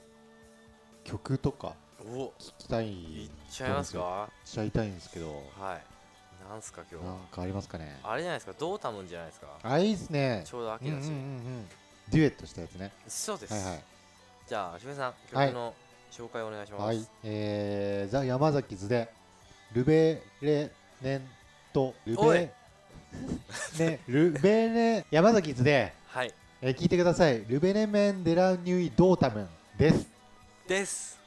Speaker 2: 曲とか
Speaker 3: お、
Speaker 2: 聞きた
Speaker 3: い
Speaker 2: い
Speaker 3: っちゃいますか。は
Speaker 2: しちゃいたいんですけど、
Speaker 3: い。なんすか今
Speaker 2: なん
Speaker 3: 日。
Speaker 2: かありますかね。
Speaker 3: あれじゃないですか、どうたむんじゃないですか。
Speaker 2: あ、いいですね
Speaker 3: ち。ょうど
Speaker 2: うん
Speaker 3: 秋
Speaker 2: うんう
Speaker 3: だ
Speaker 2: んう
Speaker 3: し。
Speaker 2: ん。デュエットしたやつね。
Speaker 3: そうです。
Speaker 2: はいはい。
Speaker 3: じゃあ、しめさん、
Speaker 2: は
Speaker 3: 曲
Speaker 2: い
Speaker 3: の紹介お願いします。
Speaker 2: はい、えー、ザ・山崎図で、ルベレネント、ル
Speaker 3: おい
Speaker 2: ベ、ね、ルベレ、山崎図で、
Speaker 3: はい。
Speaker 2: えー、聞いてください。ルベレメン・デラ・ニュイ・ドータムンです。
Speaker 3: です。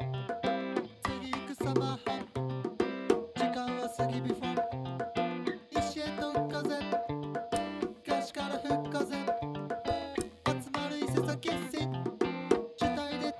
Speaker 5: 次行くサマーハン時間は過ぎビフォー石へと風昔から復風集まる伊勢崎市主体で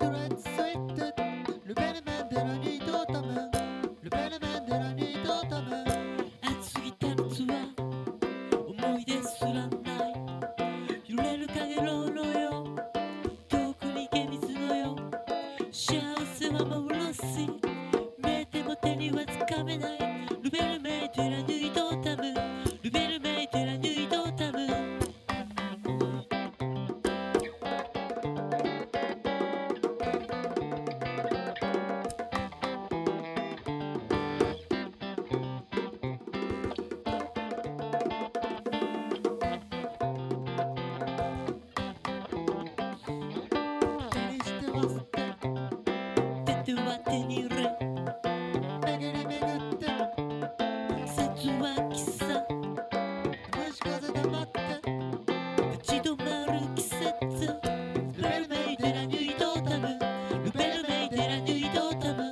Speaker 6: わきさ
Speaker 5: し風黙って
Speaker 6: 立ち止まる季節ルベルメイデラニュイトータムルベルメイデラニュイトータム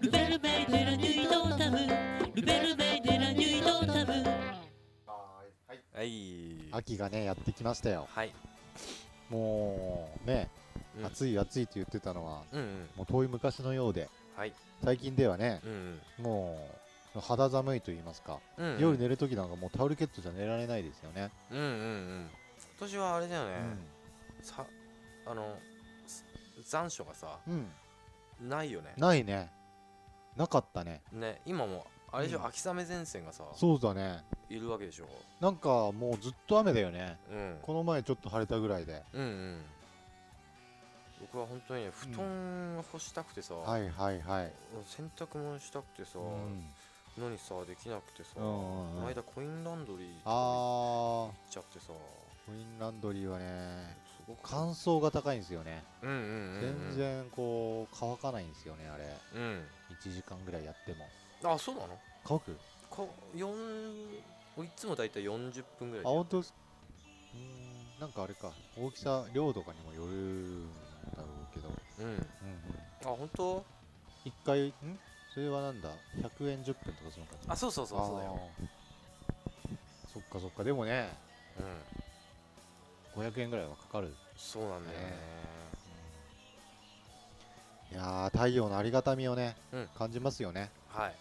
Speaker 6: ルベルメイデラニュイトータムルベルメイデラニュイトータム
Speaker 3: はい
Speaker 2: 秋がねやってきましたよ
Speaker 3: はい
Speaker 2: もうね、
Speaker 3: うん
Speaker 2: 暑い暑いって言ってたのは
Speaker 3: うんうん
Speaker 2: もう遠い昔のようで
Speaker 3: はい
Speaker 2: 最近ではね
Speaker 3: うん
Speaker 2: もう肌寒いと言いますか、
Speaker 3: うんうん
Speaker 2: 夜寝るときなんかもうタオルケットじゃ寝られないですよね、
Speaker 3: うんうんうん今年はあれだよね、さあのす残暑がさ
Speaker 2: うん、うん、
Speaker 3: ないよね
Speaker 2: ないねなかったね
Speaker 3: ね今もあれでしょ、
Speaker 2: うん
Speaker 3: 秋雨前線がさ
Speaker 2: そうだね
Speaker 3: いるわけでしょ、
Speaker 2: なんかもうずっと雨だよね
Speaker 3: うん、
Speaker 2: この前ちょっと晴れたぐらいで
Speaker 3: うんうん僕は本当にね布団干したくてさ、
Speaker 2: はいはいはい
Speaker 3: 洗濯もしたくてさ、
Speaker 2: うん
Speaker 3: のにさできなくてさ、
Speaker 2: うんうんうん
Speaker 3: この間コインランドリーとか行っ
Speaker 2: あー
Speaker 3: ちゃってさ
Speaker 2: コインランドリーはね
Speaker 3: すごく
Speaker 2: 乾燥が高いんですよね
Speaker 3: うんうんうんうん、
Speaker 2: 全然こう乾かないんですよねあれ
Speaker 3: うん
Speaker 2: 1時間ぐらいやっても
Speaker 3: あそうなの
Speaker 2: 乾く
Speaker 3: か4いつもだいたい40分ぐら
Speaker 2: あ
Speaker 3: い
Speaker 2: 本当ですうーんなんかあれか大きさ量とかにもよるんだろうけど、
Speaker 3: うん
Speaker 2: う
Speaker 3: あ本当
Speaker 2: 1回んそれはなんだ100円10分とかその感じ
Speaker 3: あそうそうそうそうだよ、
Speaker 2: あーそっかそっかでもね
Speaker 3: うん、
Speaker 2: 500円ぐらいはかかる
Speaker 3: そうなんだよね
Speaker 2: ねいやー太陽のありがたみをね、
Speaker 3: うん
Speaker 2: 感じますよね、
Speaker 3: はい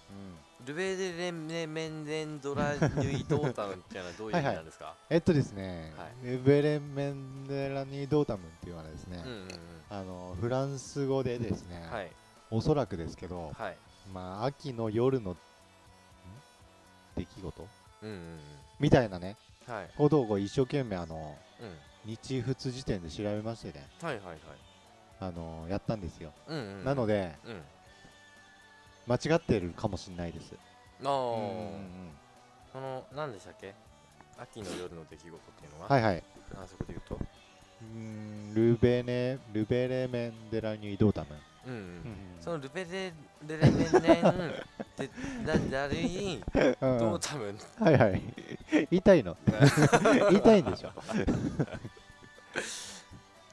Speaker 3: ルベデレメメンデンドラニュイドータンっていうのはどういう意味なんですか
Speaker 2: えっとですね、
Speaker 3: はい
Speaker 2: ルベレン・メンデラニ・ドータムっていうのはですね、
Speaker 3: うんうん
Speaker 2: あのフランス語でですね、
Speaker 3: うんはい
Speaker 2: おそらくですけど、
Speaker 3: はい
Speaker 2: まあ、秋の夜のん出来事
Speaker 3: うんうんうん
Speaker 2: みたいなね
Speaker 3: はい
Speaker 2: ことをこう一生懸命あの
Speaker 3: うん
Speaker 2: 日仏辞典で調べましてね
Speaker 3: はいはいはい
Speaker 2: あのやったんですよ、
Speaker 3: うんうん
Speaker 2: なので
Speaker 3: うん
Speaker 2: 間違ってるかもしれないです
Speaker 3: あ
Speaker 2: うんうん
Speaker 3: ー
Speaker 2: うん
Speaker 3: この何でしたっけ秋の夜の出来事っていうのは、
Speaker 2: はいはい
Speaker 3: フランス語で言うと
Speaker 2: うーんルベネルベレメンデラニュイドータム、
Speaker 3: うんうんそ
Speaker 2: そ
Speaker 3: のルベデレレメンデンでラダルイ
Speaker 2: うん
Speaker 3: ドータム
Speaker 2: は
Speaker 3: (laughs)
Speaker 2: いはい痛いの痛いんでしょは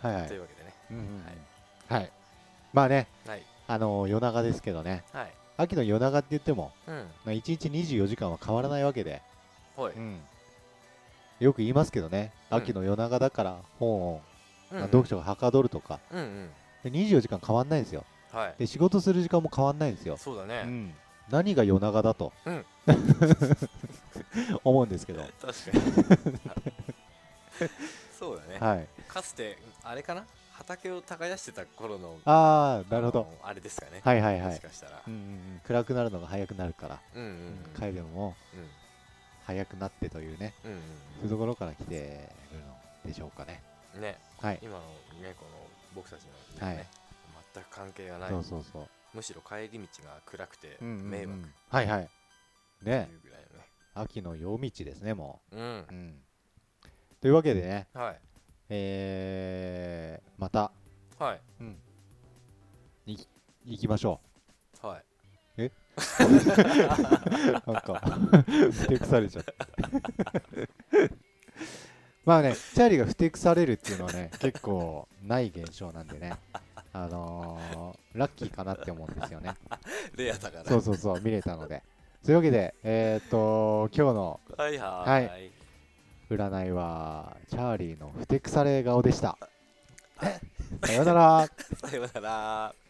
Speaker 2: いはい
Speaker 3: というわけでね
Speaker 2: うんうんうん
Speaker 3: はい
Speaker 2: はいまあね
Speaker 3: はい
Speaker 2: あの夜長ですけどね
Speaker 3: はい
Speaker 2: 秋の夜長って言っても
Speaker 3: うん
Speaker 2: 1日24時間は変わらないわけで、
Speaker 3: ほい、
Speaker 2: うんよく言いますけどね
Speaker 3: うん
Speaker 2: 秋の夜長だから本を、
Speaker 3: うん
Speaker 2: まあ読書がはかどるとか
Speaker 3: うんうん
Speaker 2: で24時間変わんないんですよ
Speaker 3: はい
Speaker 2: で仕事する時間も変わんないんですよ、
Speaker 3: そうだ
Speaker 2: う
Speaker 3: ね、
Speaker 2: ん、何が夜長だと、
Speaker 3: うん
Speaker 2: (laughs) 思うんですけど、
Speaker 3: 確かに (laughs) そうだね、
Speaker 2: はい、
Speaker 3: かつてあれかな畑を耕してた頃の
Speaker 2: ああなるほ
Speaker 3: あ
Speaker 2: ど
Speaker 3: のあれですかね、
Speaker 2: はいはいは
Speaker 3: もし
Speaker 2: い、
Speaker 3: かしたら
Speaker 2: うんうんうん、暗くなるのが早くなるから、
Speaker 3: うんうん
Speaker 2: 帰るのも
Speaker 3: うん
Speaker 2: 早くなってというね
Speaker 3: うん
Speaker 2: そういうところから来てるのでしょうかね
Speaker 3: うんね
Speaker 2: はい
Speaker 3: 今のねこの僕たちの
Speaker 2: は
Speaker 3: ね、
Speaker 2: い
Speaker 3: 全く関係がない
Speaker 2: そうそうそう
Speaker 3: むしろ帰り道が暗くて
Speaker 2: うんうんうん
Speaker 3: 迷惑っ
Speaker 2: はいはい
Speaker 3: てい
Speaker 2: ね
Speaker 3: うぐらい
Speaker 2: 秋の夜道ですねも
Speaker 3: のね
Speaker 2: う、うん、というわけでね
Speaker 3: うんはい
Speaker 2: えー、また
Speaker 3: はい
Speaker 2: 行きましょ
Speaker 3: はい。
Speaker 2: (laughs) うなんかふてく (laughs) されちゃったまあねチャーリーがふてくされるっていうのはね結構ない現象なんでねあのー、ラッキーかなって思うんですよね
Speaker 3: レアだから。
Speaker 2: そうそうそう見れたので (laughs) というわけでえー、っと今日の
Speaker 3: はいはい。はい、
Speaker 2: 占いはチャーリーのふてくされ顔でした。さようなら。
Speaker 3: さようなら。